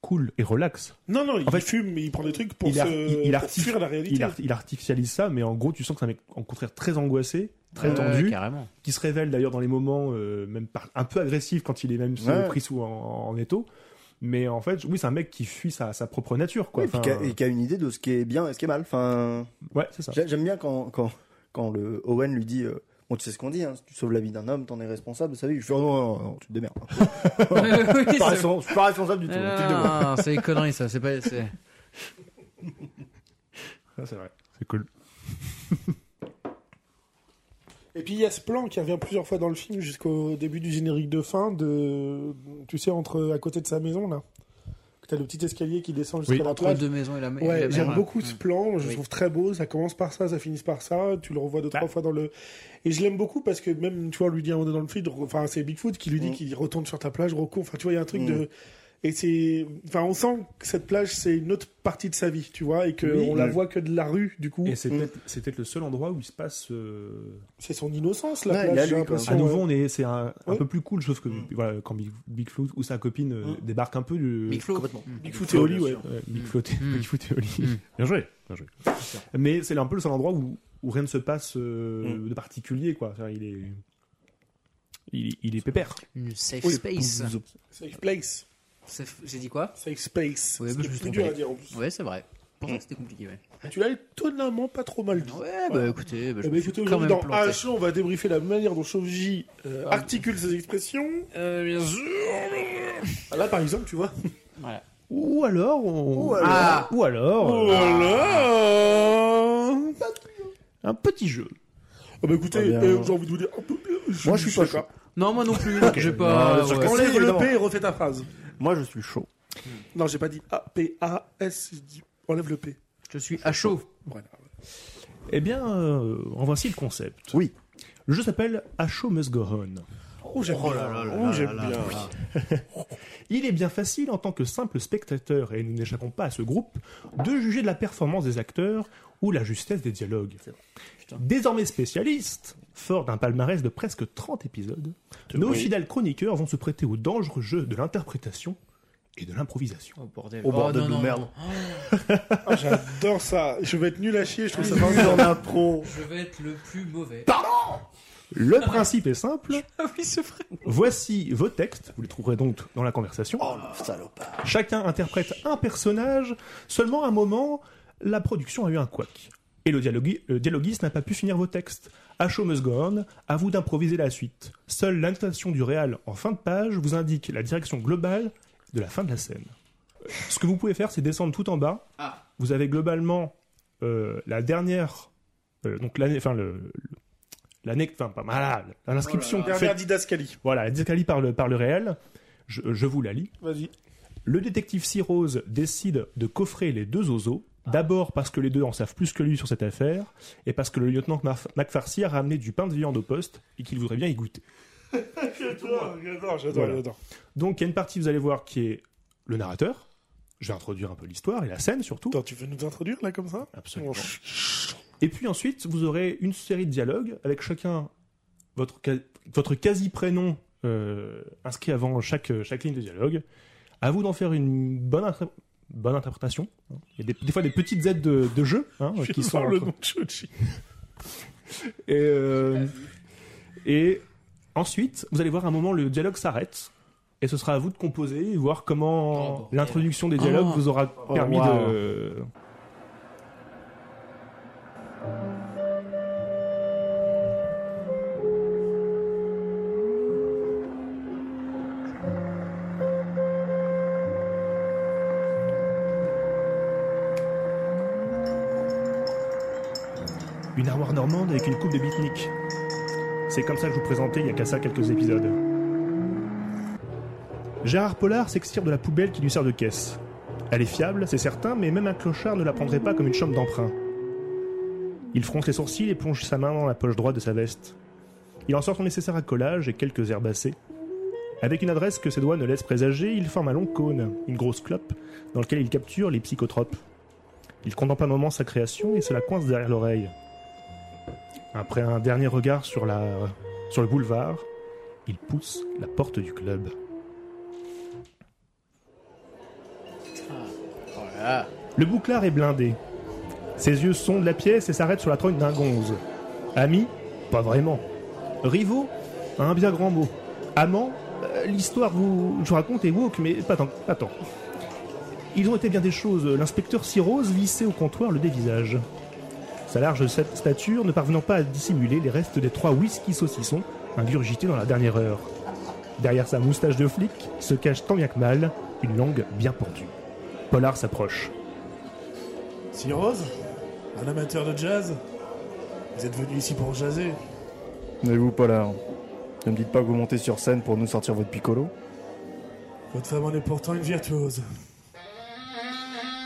Speaker 2: cool et relax
Speaker 1: Non, non, il
Speaker 2: fait,
Speaker 1: fume, mais il prend des trucs pour,
Speaker 2: il a-
Speaker 1: se-
Speaker 2: il- il
Speaker 1: pour
Speaker 2: artif-
Speaker 1: fuir la réalité.
Speaker 2: il, ar- il artificialise ça mais en gros tu sens que c'est un mec en contraire très angoissé très
Speaker 3: Ouais,
Speaker 2: tendu
Speaker 3: Carrément.
Speaker 2: qui se révèle d'ailleurs dans les moments euh, même par- un peu agressifs quand il est même sous-
Speaker 4: Ouais.
Speaker 2: pris sous en, en étau mais en fait oui c'est un mec qui fuit sa, sa propre nature quoi
Speaker 4: Oui, puis
Speaker 2: Enfin,
Speaker 4: qui a- et qui a une idée de ce qui est bien et ce qui est mal. Enfin,
Speaker 2: ouais c'est ça
Speaker 4: J'ai- J'aime bien quand, quand, quand le Owen lui dit euh, Bon, tu sais ce qu'on dit, hein, si tu sauves la vie d'un homme, t'en es responsable de sa vie. Je fais Oh, non, non, non, tu te démerdes.
Speaker 3: Oui,
Speaker 4: Je suis pas,
Speaker 3: c'est-
Speaker 4: responsable- je suis pas responsable du tout.
Speaker 3: Non,
Speaker 4: tu te
Speaker 3: non,
Speaker 4: débrouilles.
Speaker 3: non, non, c'est des conneries, ça. C'est pas. c'est-
Speaker 2: Ça, c'est vrai. C'est cool.
Speaker 1: Et puis il y a ce plan qui revient plusieurs fois dans le film jusqu'au début du générique de fin de tu sais entre à côté de sa maison là. T'as le petit escalier qui descend jusqu'à
Speaker 2: Oui.
Speaker 1: la
Speaker 3: Entre
Speaker 1: plage.
Speaker 3: deux maisons et la euh, mer. et la
Speaker 1: Ouais,
Speaker 3: mer,
Speaker 1: j'aime
Speaker 3: ouais.
Speaker 1: beaucoup ce
Speaker 3: Ouais.
Speaker 1: plan, je
Speaker 3: Oui.
Speaker 1: trouve très beau, ça commence par ça, ça finit par ça, tu le revois deux trois fois dans le et je l'aime beaucoup parce que même tu vois on lui dit à un moment dans le film enfin c'est Bigfoot qui lui dit
Speaker 4: Mm.
Speaker 1: qu'il retourne sur ta plage recours, enfin tu vois il y a un truc
Speaker 4: Mm.
Speaker 1: de et c'est enfin on sent que cette plage c'est une autre partie de sa vie, tu vois et que
Speaker 2: Oui.
Speaker 1: on la
Speaker 2: Mm.
Speaker 1: voit que de la rue du coup,
Speaker 2: Et c'est
Speaker 4: Mm.
Speaker 2: peut-être c'est peut-être le seul endroit où il se passe. euh,
Speaker 1: c'est son innocence la
Speaker 4: Ouais, il a
Speaker 1: plage, j'ai
Speaker 4: lui, quoi.
Speaker 1: l'impression.
Speaker 2: À nouveau,
Speaker 1: ouais.
Speaker 2: on est c'est un, un
Speaker 1: Ouais.
Speaker 2: peu plus cool, sauf que voilà quand Big, Big Float ou sa copine euh,
Speaker 4: Mm.
Speaker 2: débarque un peu du.
Speaker 3: Bigflo.
Speaker 5: Complètement.
Speaker 3: Mm.
Speaker 1: Bigfoot euh, et Oli ouais.
Speaker 2: Ouais, Big Float,
Speaker 3: Mm.
Speaker 2: Big Float et Oli.
Speaker 3: Mm.
Speaker 2: Bien joué, bien joué. Mais c'est un peu le seul endroit où, où rien ne se passe euh, de particulier quoi. C'est-à-dire, Il est il, il est pépère.
Speaker 3: Une safe
Speaker 1: Oui.
Speaker 3: space.
Speaker 1: Safe place.
Speaker 3: Safe- J'ai dit quoi
Speaker 1: Safe space.
Speaker 3: Ouais,
Speaker 1: Ce qui
Speaker 3: bah, je
Speaker 1: est
Speaker 3: me
Speaker 1: plus
Speaker 3: suis
Speaker 1: dur à
Speaker 3: trompé.
Speaker 1: dire en plus.
Speaker 3: Ouais, c'est vrai. Pour ça que c'était compliqué, ouais.
Speaker 1: Tu l'as étonnamment pas trop mal dit.
Speaker 3: Ouais, bah écoutez, bah, je
Speaker 1: Eh ben,
Speaker 3: me suis
Speaker 1: écoutez,
Speaker 3: quand
Speaker 1: aujourd'hui,
Speaker 3: même
Speaker 1: dans
Speaker 3: planté.
Speaker 1: H, on va débriefer la manière dont Shoji euh,
Speaker 3: Ah.
Speaker 1: articule ses expressions.
Speaker 3: Euh, bien sûr.
Speaker 1: Ah, Là, par exemple, tu vois.
Speaker 3: Voilà.
Speaker 2: Ou alors on.
Speaker 4: Ou alors-
Speaker 3: Ah.
Speaker 2: Ou alors, euh,
Speaker 1: Voilà
Speaker 2: un petit jeu.
Speaker 1: Ah bah écoutez,
Speaker 4: Ah bien.
Speaker 1: euh, j'ai envie de vous dire un peu plus.
Speaker 4: Moi, je suis pas chaud.
Speaker 3: Non, moi non plus. J'ai
Speaker 5: Non, le
Speaker 3: pas. Ah, ouais.
Speaker 5: cirque-
Speaker 1: Enlève le
Speaker 5: évidemment.
Speaker 1: P et refais ta phrase.
Speaker 5: Moi, je suis chaud.
Speaker 1: Non, j'ai pas dit A, P, A, S. j'ai dit Enlève le P.
Speaker 3: Je suis à chaud.
Speaker 1: Voilà.
Speaker 2: Eh bien, euh, en voici le concept.
Speaker 4: Oui.
Speaker 2: Le jeu s'appelle A Show Must Go On.
Speaker 1: Oh, j'aime bien. Oh, j'aime bien.
Speaker 2: Il est bien facile, en tant que simple spectateur, et nous n'échappons pas à ce groupe, de juger de la performance des acteurs ou la justesse des dialogues. Désormais spécialistes, fort d'un palmarès de presque 30 épisodes, nos
Speaker 4: Oui.
Speaker 2: fidèles chroniqueurs vont se prêter au dangereux jeu de l'interprétation et de l'improvisation.
Speaker 3: Oh bordel.
Speaker 4: Oh, bordel
Speaker 3: non,
Speaker 4: de
Speaker 3: non,
Speaker 4: merde.
Speaker 3: non.
Speaker 1: Ah, J'adore ça. Je vais être nul à chier, je trouve ça
Speaker 3: Ah,
Speaker 1: marrant.
Speaker 4: en impro.
Speaker 3: Je vais être le plus mauvais.
Speaker 2: Le principe est simple,
Speaker 3: Ah oui, c'est vrai.
Speaker 2: voici vos textes, vous les trouverez donc dans la conversation.
Speaker 4: Oh le salopard.
Speaker 2: Chacun interprète un personnage. Seulement à un moment, la production a eu un couac. Et le, dialogui- le dialoguiste n'a pas pu finir vos textes. À show must go on, à vous d'improviser la suite. Seule l'intonation du réal en fin de page vous indique la direction globale de la fin de la scène. Ce que vous pouvez faire, c'est descendre tout en bas.
Speaker 3: Ah.
Speaker 2: Vous avez globalement euh, la dernière, euh, donc l'année, enfin le, le- l'année, enfin pas mal, l'inscription
Speaker 1: Dernière
Speaker 2: faite-
Speaker 1: didascalie.
Speaker 2: voilà, la didascalie par le, par le réel. Je- je vous la lis.
Speaker 1: Vas-y.
Speaker 2: Le détective Cirrose décide de coffrer les deux oiseaux, d'abord parce que les deux en savent plus que lui sur cette affaire, et parce que le lieutenant Maf- McFarcy a ramené du pain de viande au poste et qu'il voudrait bien y goûter.
Speaker 1: J'adore, j'adore, j'adore.
Speaker 2: Voilà.
Speaker 1: j'adore.
Speaker 2: Donc il y a une partie, vous allez voir, qui est le narrateur. Je vais introduire un peu l'histoire et la scène surtout.
Speaker 1: Attends, tu veux nous introduire là comme ça
Speaker 2: Absolument.
Speaker 1: Oh, chut.
Speaker 2: Et puis ensuite, vous aurez une série de dialogues avec chacun votre, ca- votre quasi-prénom euh, inscrit avant chaque, euh, chaque ligne de dialogue. À vous d'en faire une bonne, intré- bonne interprétation. hein. Il y a des, des fois des petites aides de, de jeu hein,
Speaker 1: Je
Speaker 2: qui
Speaker 1: vais
Speaker 2: sont.
Speaker 1: voir le
Speaker 2: entre-
Speaker 1: nom de Shoji.
Speaker 2: Et, euh, et ensuite, vous allez voir à un moment, le dialogue s'arrête. Et ce sera à vous de composer et voir
Speaker 3: Oh,
Speaker 2: comment
Speaker 3: bordel.
Speaker 2: l'introduction des dialogues
Speaker 1: Ah.
Speaker 3: Oh.
Speaker 2: vous aura
Speaker 4: Oh,
Speaker 2: permis
Speaker 4: wow.
Speaker 2: de. Une armoire normande avec une coupe de beatnik. C'est comme ça que je vous présentais il y a qu'à ça quelques épisodes. Gérard Pollard s'extire de la poubelle qui lui sert de caisse. Elle est fiable, c'est certain, mais même un clochard ne la prendrait pas comme une chambre d'emprunt. Il fronce les sourcils et plonge sa main dans la poche droite de sa veste. Il en sort son nécessaire à collage et quelques herbacées. Avec une adresse que ses doigts ne laissent présager, il forme un long cône, une grosse clope, dans lequel il capture les psychotropes. Il contemple un moment sa création et se la coince derrière l'oreille. Après un dernier regard sur, la... sur le boulevard, il pousse la porte du club.
Speaker 3: Voilà.
Speaker 2: Le bouclard est blindé. Ses yeux sondent la pièce et s'arrêtent sur la trogne d'un gonze. Ami Pas vraiment. Rivaux Un bien grand mot. Amant Euh, L'histoire vous, je vous raconte est woke, mais pas tant. pas tant. Ils ont été bien des choses. L'inspecteur Cirrose vissait au comptoir le dévisage. Sa large sta- stature ne parvenant pas à dissimuler les restes des trois whisky saucissons ingurgités dans la dernière heure. Derrière sa moustache de flic se cache tant bien que mal une langue bien pendue. Pollard s'approche.
Speaker 1: Cirrose Un amateur de jazz Vous êtes venu ici pour jazzer
Speaker 4: N'avez-vous pas là hein Ne me dites pas que vous montez sur scène pour nous sortir votre piccolo.
Speaker 1: Votre femme en est pourtant une virtuose.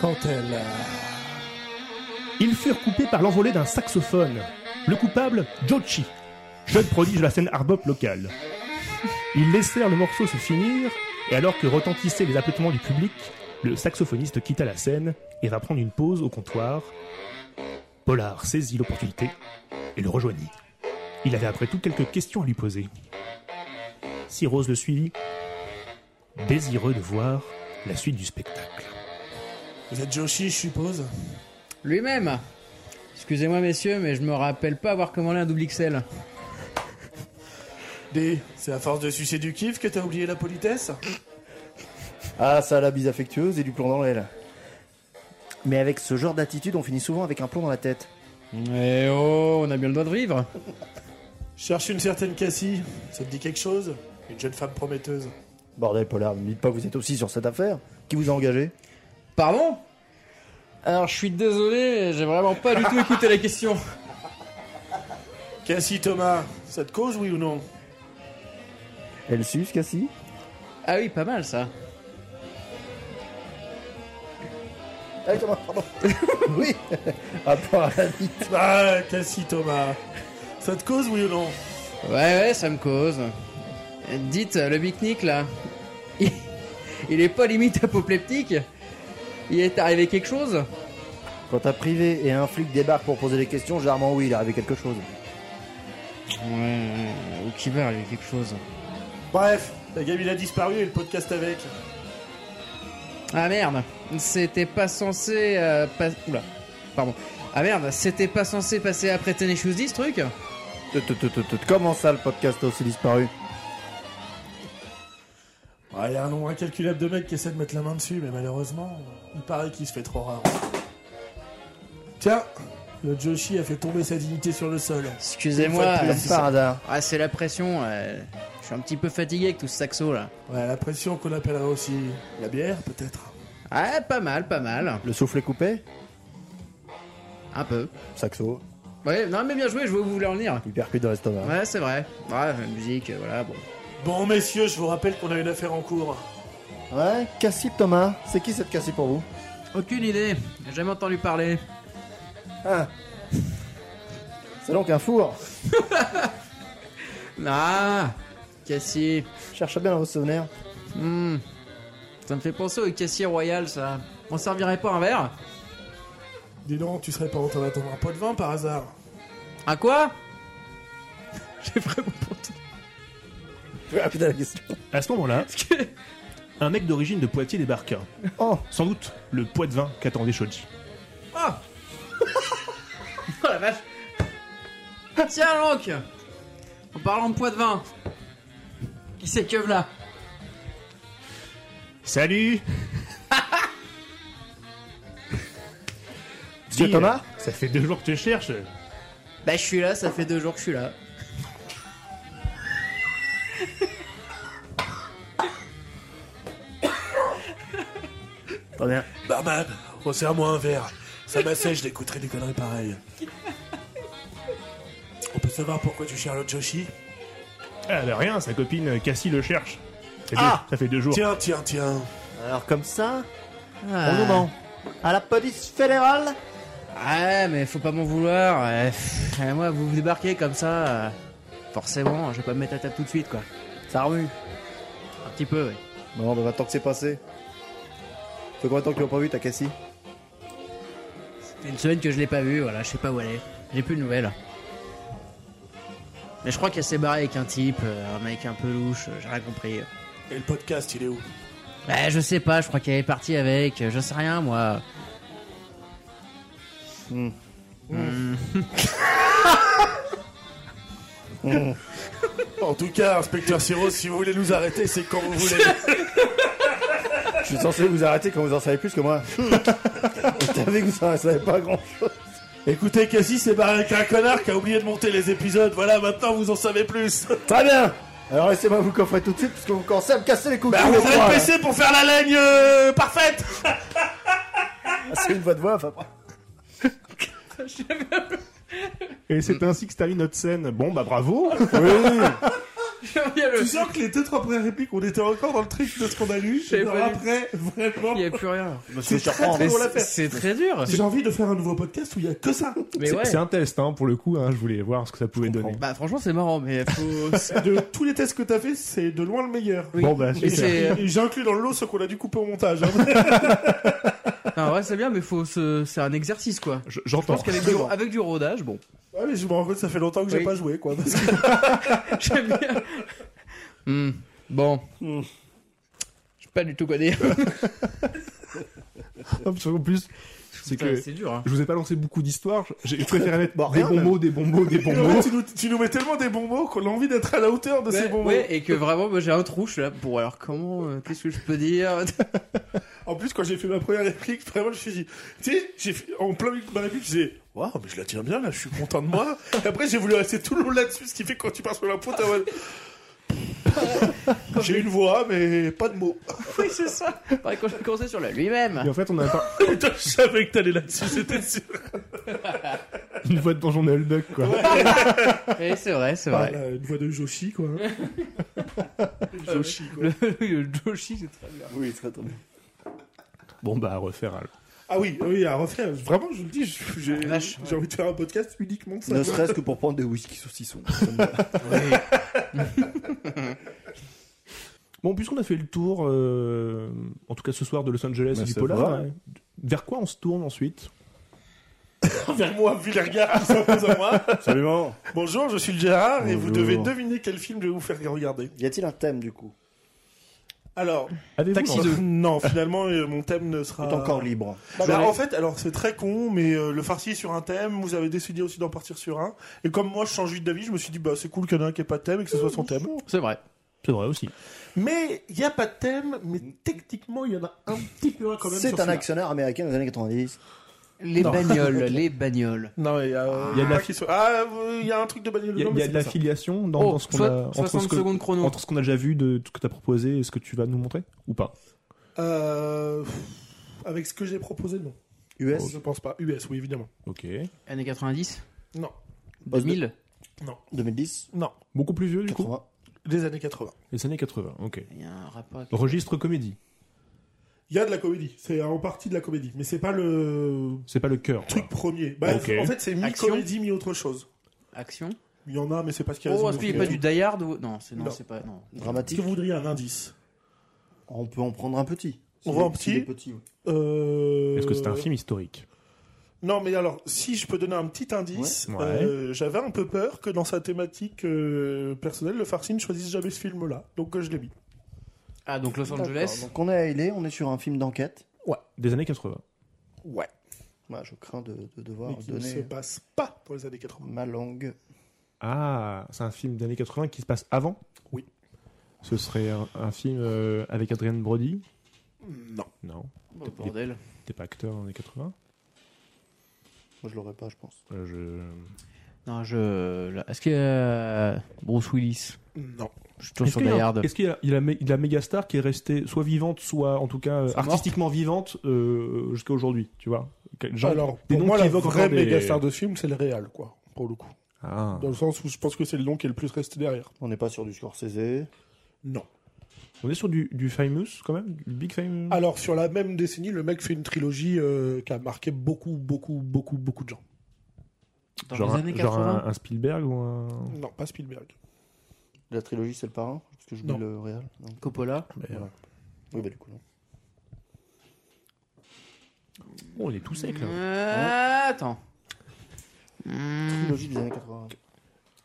Speaker 1: Quand elle. euh,
Speaker 2: Ils furent coupés par l'envolée d'un saxophone. Le coupable, Jochi, jeune prodige de la scène hard bop locale. Ils laissèrent le morceau se finir, et alors que retentissaient les applaudissements du public, le saxophoniste quitta la scène et va prendre une pause au comptoir. Pollard saisit l'opportunité et le rejoignit. Il avait après tout quelques questions à lui poser. Si Rose le suivit, désireux de voir la suite du spectacle.
Speaker 1: Vous êtes Joshi, je suppose
Speaker 3: Lui-même Excusez-moi, messieurs, mais je me rappelle pas avoir commandé un double XL.
Speaker 1: D, c'est à force de sucer du kiff que t'as oublié la politesse
Speaker 4: Ah, ça, la bise affectueuse et du plomb dans l'aile. Mais avec ce genre d'attitude, on finit souvent avec un plomb dans la tête.
Speaker 3: Eh oh, on a bien le droit de vivre.
Speaker 1: Cherche une certaine Cassie, ça te dit quelque chose Une jeune femme prometteuse.
Speaker 4: Bordel, Pollard, ne me dites pas que vous êtes aussi sur cette affaire. Qui vous a engagé
Speaker 3: Pardon Alors, je suis désolé, j'ai vraiment pas du tout écouté la question.
Speaker 1: Cassie Thomas, ça te cause, oui ou non
Speaker 4: Elle suce, Cassie
Speaker 3: Ah oui, pas mal ça.
Speaker 4: Ah, comment, pardon Oui À part la vie.
Speaker 1: Ah, Cassie Thomas, ça te cause, oui ou non
Speaker 3: Ouais, ouais, ça me cause. Euh, Dites, le pique-nique là, il, il est pas limite apopleptique Il est arrivé quelque chose
Speaker 4: Quand un privé et un flic débarquent pour poser des questions, généralement, oui, il est arrivé quelque chose.
Speaker 3: Ouais, ou qui va arriver quelque chose.
Speaker 1: Bref, la gamine a disparu et le podcast avec.
Speaker 3: Ah merde, c'était pas censé euh, pas... Oula, pardon. Ah merde, c'était pas censé passer après Tennis Shoes 10 ce truc
Speaker 4: Tut, tut, tut, tut, tut. Comment ça, le podcast a aussi disparu
Speaker 1: Il y a un nombre incalculable de mecs qui essaient de mettre la main dessus, mais malheureusement, il paraît qu'il se fait trop rare. Tiens, le Joshi a fait tomber sa dignité sur le sol.
Speaker 3: Excusez-moi,
Speaker 4: Comme par hasard.
Speaker 3: ah, c'est la pression, euh, je suis un petit peu fatigué avec tout ce saxo là.
Speaker 1: Ouais, la pression qu'on appellera aussi la bière, peut-être.
Speaker 3: Ah, pas mal, pas mal,
Speaker 4: Le souffle est coupé
Speaker 3: un peu.
Speaker 4: Saxo,
Speaker 3: Ouais, non mais bien joué, je vois où vous voulez en venir.
Speaker 4: il percute dans l'estomac.
Speaker 3: Ouais, c'est vrai. Ouais, la musique, euh, voilà, bon.
Speaker 1: Bon, messieurs, je vous rappelle qu'on a une affaire en cours.
Speaker 4: Ouais, Cassip Thomas, c'est qui cette Cassip pour vous
Speaker 3: Aucune idée, j'ai jamais entendu parler.
Speaker 4: Ah C'est donc un four
Speaker 3: Ah Cassie.
Speaker 4: Cherchez bien dans vos souvenirs.
Speaker 3: Hmm. Ça me fait penser au cassier royal, ça. On servirait pas un verre
Speaker 1: Dis donc, tu serais pas en train d'attendre un pot de vin par hasard
Speaker 3: Un quoi J'ai vraiment pas entendu.
Speaker 4: Ah putain, la question.
Speaker 2: À ce moment-là,
Speaker 3: que-
Speaker 2: un mec d'origine de Poitiers débarqua.
Speaker 4: Oh,
Speaker 2: Sans doute le poids de vin qu'attendait Shoji.
Speaker 3: Ah Oh la vache Tiens, donc En parlant de poids de vin, qui c'est que là
Speaker 2: Salut
Speaker 4: Monsieur
Speaker 2: Dis,
Speaker 4: Thomas
Speaker 2: euh, Ça fait deux jours que tu cherches.
Speaker 3: Bah, je suis là, ça fait deux jours que je suis là.
Speaker 4: Très bien.
Speaker 1: Barman, resserre-moi un verre. Ça m'assèche d'écouter des conneries pareilles. On peut savoir pourquoi tu cherches le Joshi
Speaker 2: Ah bah rien, sa copine Cassie le cherche. Ça fait,
Speaker 4: Ah
Speaker 2: deux, ça fait deux jours.
Speaker 1: Tiens, tiens, tiens.
Speaker 4: Alors comme ça,
Speaker 3: Ah.
Speaker 4: on nous ment. Euh, À la police fédérale
Speaker 3: Ouais, mais faut pas m'en vouloir. euh, pff, euh, moi, vous vous débarquez comme ça, euh, forcément, je vais pas me mettre à table tout de suite, quoi.
Speaker 4: Ça remue.
Speaker 3: Un petit peu, ouais.
Speaker 4: Bon, bah maintenant que c'est passé. Ça fait combien de temps que tu l'as pas vu, ta Cassie
Speaker 3: C'était une semaine que je l'ai pas vue, voilà, je sais pas où elle est. J'ai plus de nouvelles. Mais je crois qu'elle s'est barrée avec un type, euh, un mec un peu louche, euh, j'ai rien compris.
Speaker 1: Et le podcast, il est où
Speaker 3: Ouais, je sais pas, je crois qu'elle est partie avec, euh, je sais rien, moi.
Speaker 1: En tout cas, inspecteur Siro, si vous voulez nous arrêter, c'est quand vous voulez.
Speaker 4: Je suis censé vous arrêter quand vous en savez plus que moi. Je savais que vous en savez pas grand chose.
Speaker 1: Écoutez, Cassie s'est barré avec un connard qui a oublié de monter les épisodes. Voilà, maintenant vous en savez plus.
Speaker 4: Très bien Alors laissez-moi vous coffrer tout de suite parce que vous commencez à me casser les couilles.
Speaker 1: Bah, vous
Speaker 4: tous les trois,
Speaker 1: êtes
Speaker 4: là.
Speaker 1: PC pour faire la laine euh, parfaite
Speaker 4: Ah, C'est une voix de voix, enfin.
Speaker 2: Et c'est ainsi que se termine notre scène. Bon, bah bravo.
Speaker 3: Il y a le-
Speaker 1: Tu sens que les deux trois premières répliques, on était encore dans le truc de ce qu'on a lu.
Speaker 3: J'avais
Speaker 1: Et alors
Speaker 3: pas lu.
Speaker 1: après, vraiment,
Speaker 3: il y a plus rien.
Speaker 1: c'est très très
Speaker 3: Mais
Speaker 1: drôle à
Speaker 3: c'est-
Speaker 1: faire.
Speaker 3: C'est très dur.
Speaker 1: J'ai envie de faire un nouveau podcast où il y a que ça.
Speaker 3: Mais
Speaker 2: C'est
Speaker 3: ouais.
Speaker 2: c'est un test, hein, pour le coup. hein, je voulais voir ce que ça pouvait donner.
Speaker 3: Bah franchement c'est marrant mais faut.
Speaker 1: De tous les tests que t'as fait, c'est de loin le meilleur.
Speaker 3: Oui.
Speaker 2: Bon, bah,
Speaker 3: Mais
Speaker 2: super.
Speaker 3: c'est.
Speaker 1: Et J'ai inclus dans le lot ce qu'on a dû couper au montage. hein.
Speaker 3: Enfin, en vrai c'est bien mais faut se... c'est un exercice quoi.
Speaker 2: Je-
Speaker 3: Je
Speaker 2: J'entends.
Speaker 3: pense qu'avec du... avec du rodage bon.
Speaker 1: Ouais, mais je me rends compte que ça fait longtemps que j'ai
Speaker 3: Oui.
Speaker 1: pas joué, quoi. Parce que
Speaker 3: J'aime bien. Hmm. Bon. Je sais pas du tout quoi
Speaker 2: Bah,
Speaker 3: dire.
Speaker 2: En plus, c'est
Speaker 3: Putain,
Speaker 2: que
Speaker 3: C'est dur. Hein.
Speaker 2: je vous ai pas lancé beaucoup d'histoires. J'ai je préférais mettre
Speaker 5: Bah,
Speaker 2: des
Speaker 5: rien,
Speaker 2: bons
Speaker 5: même.
Speaker 2: mots, des bons mots, des bons
Speaker 1: en fait,
Speaker 2: mots.
Speaker 1: tu, nous, tu nous mets tellement des bons mots qu'on a envie d'être à la hauteur de
Speaker 3: Ouais,
Speaker 1: ces bons
Speaker 3: ouais,
Speaker 1: mots.
Speaker 3: et que vraiment moi, j'ai un trou, je suis là. Bon alors comment, euh, qu'est-ce que je peux dire
Speaker 1: En plus, quand j'ai fait ma première réplique, vraiment, je me suis dit, tu sais, j'ai fait- en plein milieu de ma réplique, je disais, waouh, mais je la tiens bien, là, je suis content de moi. Et après, j'ai voulu rester tout le long là-dessus, ce qui fait que quand tu pars sur la peau, t'as mal. J'ai une voix, mais pas de mots.
Speaker 3: Oui c'est ça. Pareil quand j'ai commencé sur le lui-même.
Speaker 2: Et en fait, on a pas
Speaker 1: Putain, je savais que t'allais là-dessus, c'était sûr.
Speaker 2: une voix de Donjon de Hulk, quoi.
Speaker 3: Et c'est vrai, c'est vrai.
Speaker 1: Voilà, une voix de Joshi, quoi. Joshi, quoi.
Speaker 3: Le, le Joshi c'est très bien.
Speaker 5: Oui, très très bien.
Speaker 2: Bon, bah, à refaire alors.
Speaker 1: Ah oui, oui, à refaire. Vraiment, je vous le dis, je- j'ai
Speaker 3: Vache.
Speaker 1: j'ai envie de faire un podcast uniquement de ça.
Speaker 5: Ne
Speaker 1: quoi.
Speaker 5: serait-ce que pour prendre des whisky saucissons.
Speaker 2: Bon, puisqu'on a fait le tour, euh, en tout cas ce soir, de Los Angeles
Speaker 5: Bah,
Speaker 2: et du
Speaker 5: ça
Speaker 2: Polar,
Speaker 5: va.
Speaker 2: ouais. vers quoi on se tourne ensuite
Speaker 1: vers moi, vu les regards qui s'imposent à moi.
Speaker 5: Absolument.
Speaker 1: Bonjour, je suis le Gérard et vous
Speaker 5: Bonjour.
Speaker 1: devez deviner quel film je vais vous faire regarder.
Speaker 5: Y a-t-il un thème du coup
Speaker 1: Alors,
Speaker 2: Avez-vous
Speaker 1: Taxi
Speaker 2: lancé-
Speaker 1: 2. Non, finalement, euh, mon thème ne
Speaker 5: Tout
Speaker 1: sera.
Speaker 5: encore libre.
Speaker 1: Bah, bah, en fait, alors c'est très con, mais euh, le farci est sur un thème, vous avez décidé aussi d'en partir sur un. Et comme moi, je change vite d'avis, je me suis dit, bah c'est cool qu'il y en ait un qui ait pas de thème et que ce soit son thème.
Speaker 3: C'est vrai.
Speaker 2: C'est vrai aussi.
Speaker 1: Mais il n'y a pas de thème, mais techniquement, il y en a un petit peu un quand même.
Speaker 5: C'est un
Speaker 1: sur celui-là.
Speaker 5: actionnaire américain des années 90.
Speaker 3: Les bagnoles, les bagnoles.
Speaker 1: Non, il y a, euh,
Speaker 2: Il y a de la-
Speaker 1: pas qui soit- Ah, euh, il y a un truc de bagnole
Speaker 2: Il y a,
Speaker 1: dedans,
Speaker 2: il y a
Speaker 1: mais c'est pas
Speaker 2: de
Speaker 1: ça.
Speaker 2: l'affiliation dans,
Speaker 3: Oh,
Speaker 2: dans ce qu'on
Speaker 3: soi-
Speaker 2: a entre
Speaker 3: 60
Speaker 2: ce que-
Speaker 3: secondes chrono.
Speaker 2: entre ce qu'on a déjà vu de, de ce que tu as proposé et ce que tu vas nous montrer ou pas
Speaker 1: Euh, pff, Avec ce que j'ai proposé, non.
Speaker 5: US.
Speaker 1: Oh,
Speaker 4: Oh.
Speaker 1: Je pense pas. US, oui, évidemment.
Speaker 2: Ok.
Speaker 3: Années 90
Speaker 1: Non.
Speaker 3: 2000
Speaker 5: 2010.
Speaker 1: Non.
Speaker 2: Beaucoup plus vieux du coup
Speaker 5: 80.
Speaker 1: Des années 80.
Speaker 2: Les années 80, ok.
Speaker 3: Il y a un rapport avec...
Speaker 2: Registre comédie,
Speaker 1: Il y a de la comédie, c'est en partie de la comédie, mais c'est pas le
Speaker 2: c'est pas le cœur.
Speaker 1: truc premier. Bah,
Speaker 2: Ok.
Speaker 1: En fait, c'est
Speaker 3: Action.
Speaker 1: mi-comédie, mi-autre chose.
Speaker 3: Action
Speaker 1: Il y en a, mais c'est pas ce qui
Speaker 3: Oh,
Speaker 1: résume
Speaker 3: est-ce
Speaker 1: le
Speaker 3: qu'il n'y a
Speaker 1: film.
Speaker 3: pas du Die Hard ou... Non, c'est non,
Speaker 1: Non.
Speaker 3: c'est pas... Non.
Speaker 1: Est-ce que
Speaker 5: Dramatique.
Speaker 1: vous voudriez un indice
Speaker 5: On peut en prendre un petit. S'il
Speaker 1: On va
Speaker 5: est-
Speaker 1: en petit
Speaker 5: s'il est petit. ouais.
Speaker 1: Euh,
Speaker 2: Est-ce que c'est un film historique
Speaker 1: Non, mais alors, si je peux donner un petit indice,
Speaker 2: Ouais.
Speaker 1: euh, j'avais un peu peur que dans sa thématique euh, personnelle, le farci ne choisisse jamais ce film-là, donc euh, je l'ai mis.
Speaker 3: Ah, donc Los
Speaker 5: D'accord,
Speaker 3: Angeles
Speaker 5: Donc on est à LA, on est sur un film d'enquête.
Speaker 2: Des années 80.
Speaker 1: Ouais.
Speaker 5: Bah, je crains de, de
Speaker 1: Mais
Speaker 5: devoir
Speaker 1: qui ne se
Speaker 5: donner
Speaker 1: passe pas dans les années 80.
Speaker 5: ma langue.
Speaker 2: Ah, c'est un film des années 80 qui se passe avant
Speaker 1: Oui.
Speaker 2: Ce serait un, un film euh, avec Adrien Brody
Speaker 1: Non.
Speaker 2: Non,
Speaker 3: Oh, bordel.
Speaker 2: t'es pas acteur dans les années 80
Speaker 5: Moi, je l'aurais pas, je pense.
Speaker 2: Euh, je...
Speaker 3: Non, je... là, Est-ce qu'il y a euh, Bruce Willis
Speaker 1: Non.
Speaker 3: Je suis toujours
Speaker 2: Est-ce
Speaker 3: sur
Speaker 2: qu'il
Speaker 3: Die
Speaker 2: y a,
Speaker 3: Hard.
Speaker 2: est-ce qu'il y a- il y a la mé- la méga star qui est restée soit vivante, soit en tout cas euh,
Speaker 3: Soit morte.
Speaker 2: artistiquement vivante euh, jusqu'à aujourd'hui, tu vois Quel- genre-
Speaker 1: alors,
Speaker 2: des
Speaker 1: pour
Speaker 2: noms
Speaker 1: moi,
Speaker 2: qui
Speaker 1: la
Speaker 2: évoquent
Speaker 1: vraie
Speaker 2: encore des-
Speaker 1: méga star de ce film, c'est le réal, quoi, pour le coup.
Speaker 2: Ah.
Speaker 1: Dans le sens où je pense que c'est le nom qui est le plus resté derrière.
Speaker 5: On n'est pas sur du Scorsese.
Speaker 1: Non.
Speaker 2: On est sur du, du famous quand même Du big famous
Speaker 1: Alors, sur la même décennie, le mec fait une trilogie euh, qui a marqué beaucoup, beaucoup, beaucoup, beaucoup de gens.
Speaker 3: Dans
Speaker 2: Genre,
Speaker 3: les
Speaker 2: un-
Speaker 3: années
Speaker 2: genre
Speaker 3: 80
Speaker 2: un, un Spielberg ou un...
Speaker 1: Non, pas Spielberg.
Speaker 5: La trilogie, c'est le parrain Parce que je
Speaker 1: Non.
Speaker 5: dis le réel. Non.
Speaker 3: Coppola
Speaker 5: Voilà. Oui, bah, du coup, non.
Speaker 2: Oh, on est tous secs là.
Speaker 3: Euh, Attends. Hmm.
Speaker 5: Trilogie des années 80.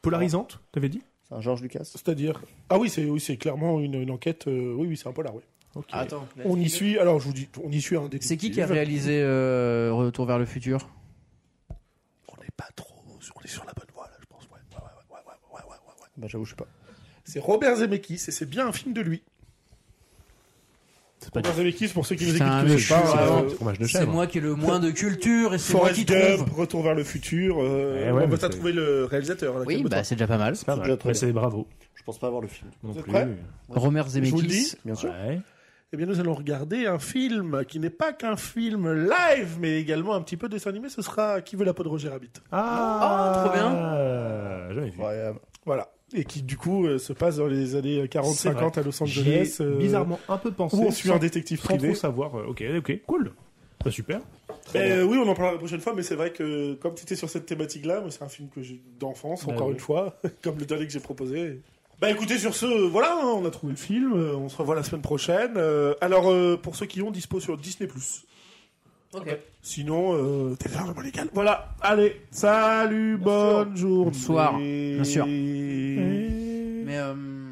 Speaker 2: Polarisante, t'avais dit
Speaker 5: C'est un George Lucas.
Speaker 1: C'est-à-dire Ah oui, c'est oui, c'est clairement une, une enquête. euh, oui, oui, c'est un polar. Oui.
Speaker 2: Ok.
Speaker 3: Attends.
Speaker 1: On y suit. Alors, je vous dis, on y suit un détective.
Speaker 3: C'est qui qui a réalisé euh, Retour vers le futur
Speaker 1: On n'est pas trop. On est sur la bonne voie là, je pense. Ouais, ouais, ouais, ouais, ouais, ouais, ouais, ouais, ouais.
Speaker 5: Bah, j'avoue, je sais
Speaker 1: Ah,
Speaker 5: pas.
Speaker 1: C'est Robert Zemeckis et c'est bien un film de lui.
Speaker 2: C'est pas
Speaker 1: Robert Zemeckis pour ceux qui nous écoutent.
Speaker 3: Putain,
Speaker 1: qui
Speaker 3: mais
Speaker 1: ne
Speaker 3: je
Speaker 1: savent pas,
Speaker 3: suis
Speaker 1: euh,
Speaker 3: vraiment-
Speaker 2: du fromage de
Speaker 3: C'est
Speaker 2: chèvre.
Speaker 3: moi qui ai le moins de culture et c'est moi qui
Speaker 1: Forrest Gump,
Speaker 3: trouve.
Speaker 1: Retour vers le futur. euh,
Speaker 2: Eh ouais,
Speaker 1: on
Speaker 2: mais
Speaker 1: va pas
Speaker 2: c'est-
Speaker 1: trouver le réalisateur. là,
Speaker 3: Oui,
Speaker 1: calme-toi.
Speaker 3: bah c'est déjà pas mal.
Speaker 2: C'est pas
Speaker 5: C'est
Speaker 2: mal.
Speaker 5: déjà très
Speaker 2: Mais c'est bravo.
Speaker 5: Je pense pas avoir le film.
Speaker 2: Non
Speaker 1: Vous êtes
Speaker 2: plus.
Speaker 1: prêts
Speaker 3: Romer
Speaker 1: Je vous le
Speaker 3: Zemeckis.
Speaker 1: dis.
Speaker 5: Bien sûr.
Speaker 2: Ouais.
Speaker 1: eh bien, nous allons regarder un film qui n'est pas qu'un film live, mais également un petit peu dessin animé. Ce sera Qui veut la peau de Roger Rabbit.
Speaker 2: Ah,
Speaker 3: Ah, trop bien.
Speaker 2: bien. J'avais vu.
Speaker 4: Incroyable.
Speaker 1: Voilà. Et qui, du coup, euh, se passe dans les années
Speaker 2: C'est
Speaker 1: 40-50 à Los
Speaker 2: J'y ai
Speaker 1: Angeles. euh,
Speaker 2: bizarrement un peu pensé.
Speaker 1: Où on suit un
Speaker 2: sans-
Speaker 1: détective
Speaker 2: sans
Speaker 1: privé.
Speaker 2: trop savoir. euh, Ok, ok, cool. Bah, super.
Speaker 1: Ben, euh, oui, on en parlera la prochaine fois, mais c'est vrai que comme tu étais sur cette thématique-là, moi, c'est un film que j'ai d'enfance,
Speaker 2: Bah
Speaker 1: encore
Speaker 2: oui.
Speaker 1: une fois, comme le dernier que j'ai proposé. Bah écoutez, sur ce, voilà, hein, on a trouvé le film, euh, on se revoit la semaine prochaine. Euh, alors, euh, pour ceux qui ont, dispo sur Disney+.
Speaker 3: Ok.
Speaker 1: Sinon, euh, t'es là, vraiment légal. Voilà, allez, salut, bonne journée.
Speaker 3: Bonsoir, bien sûr.
Speaker 1: Et-
Speaker 3: Mais. euh,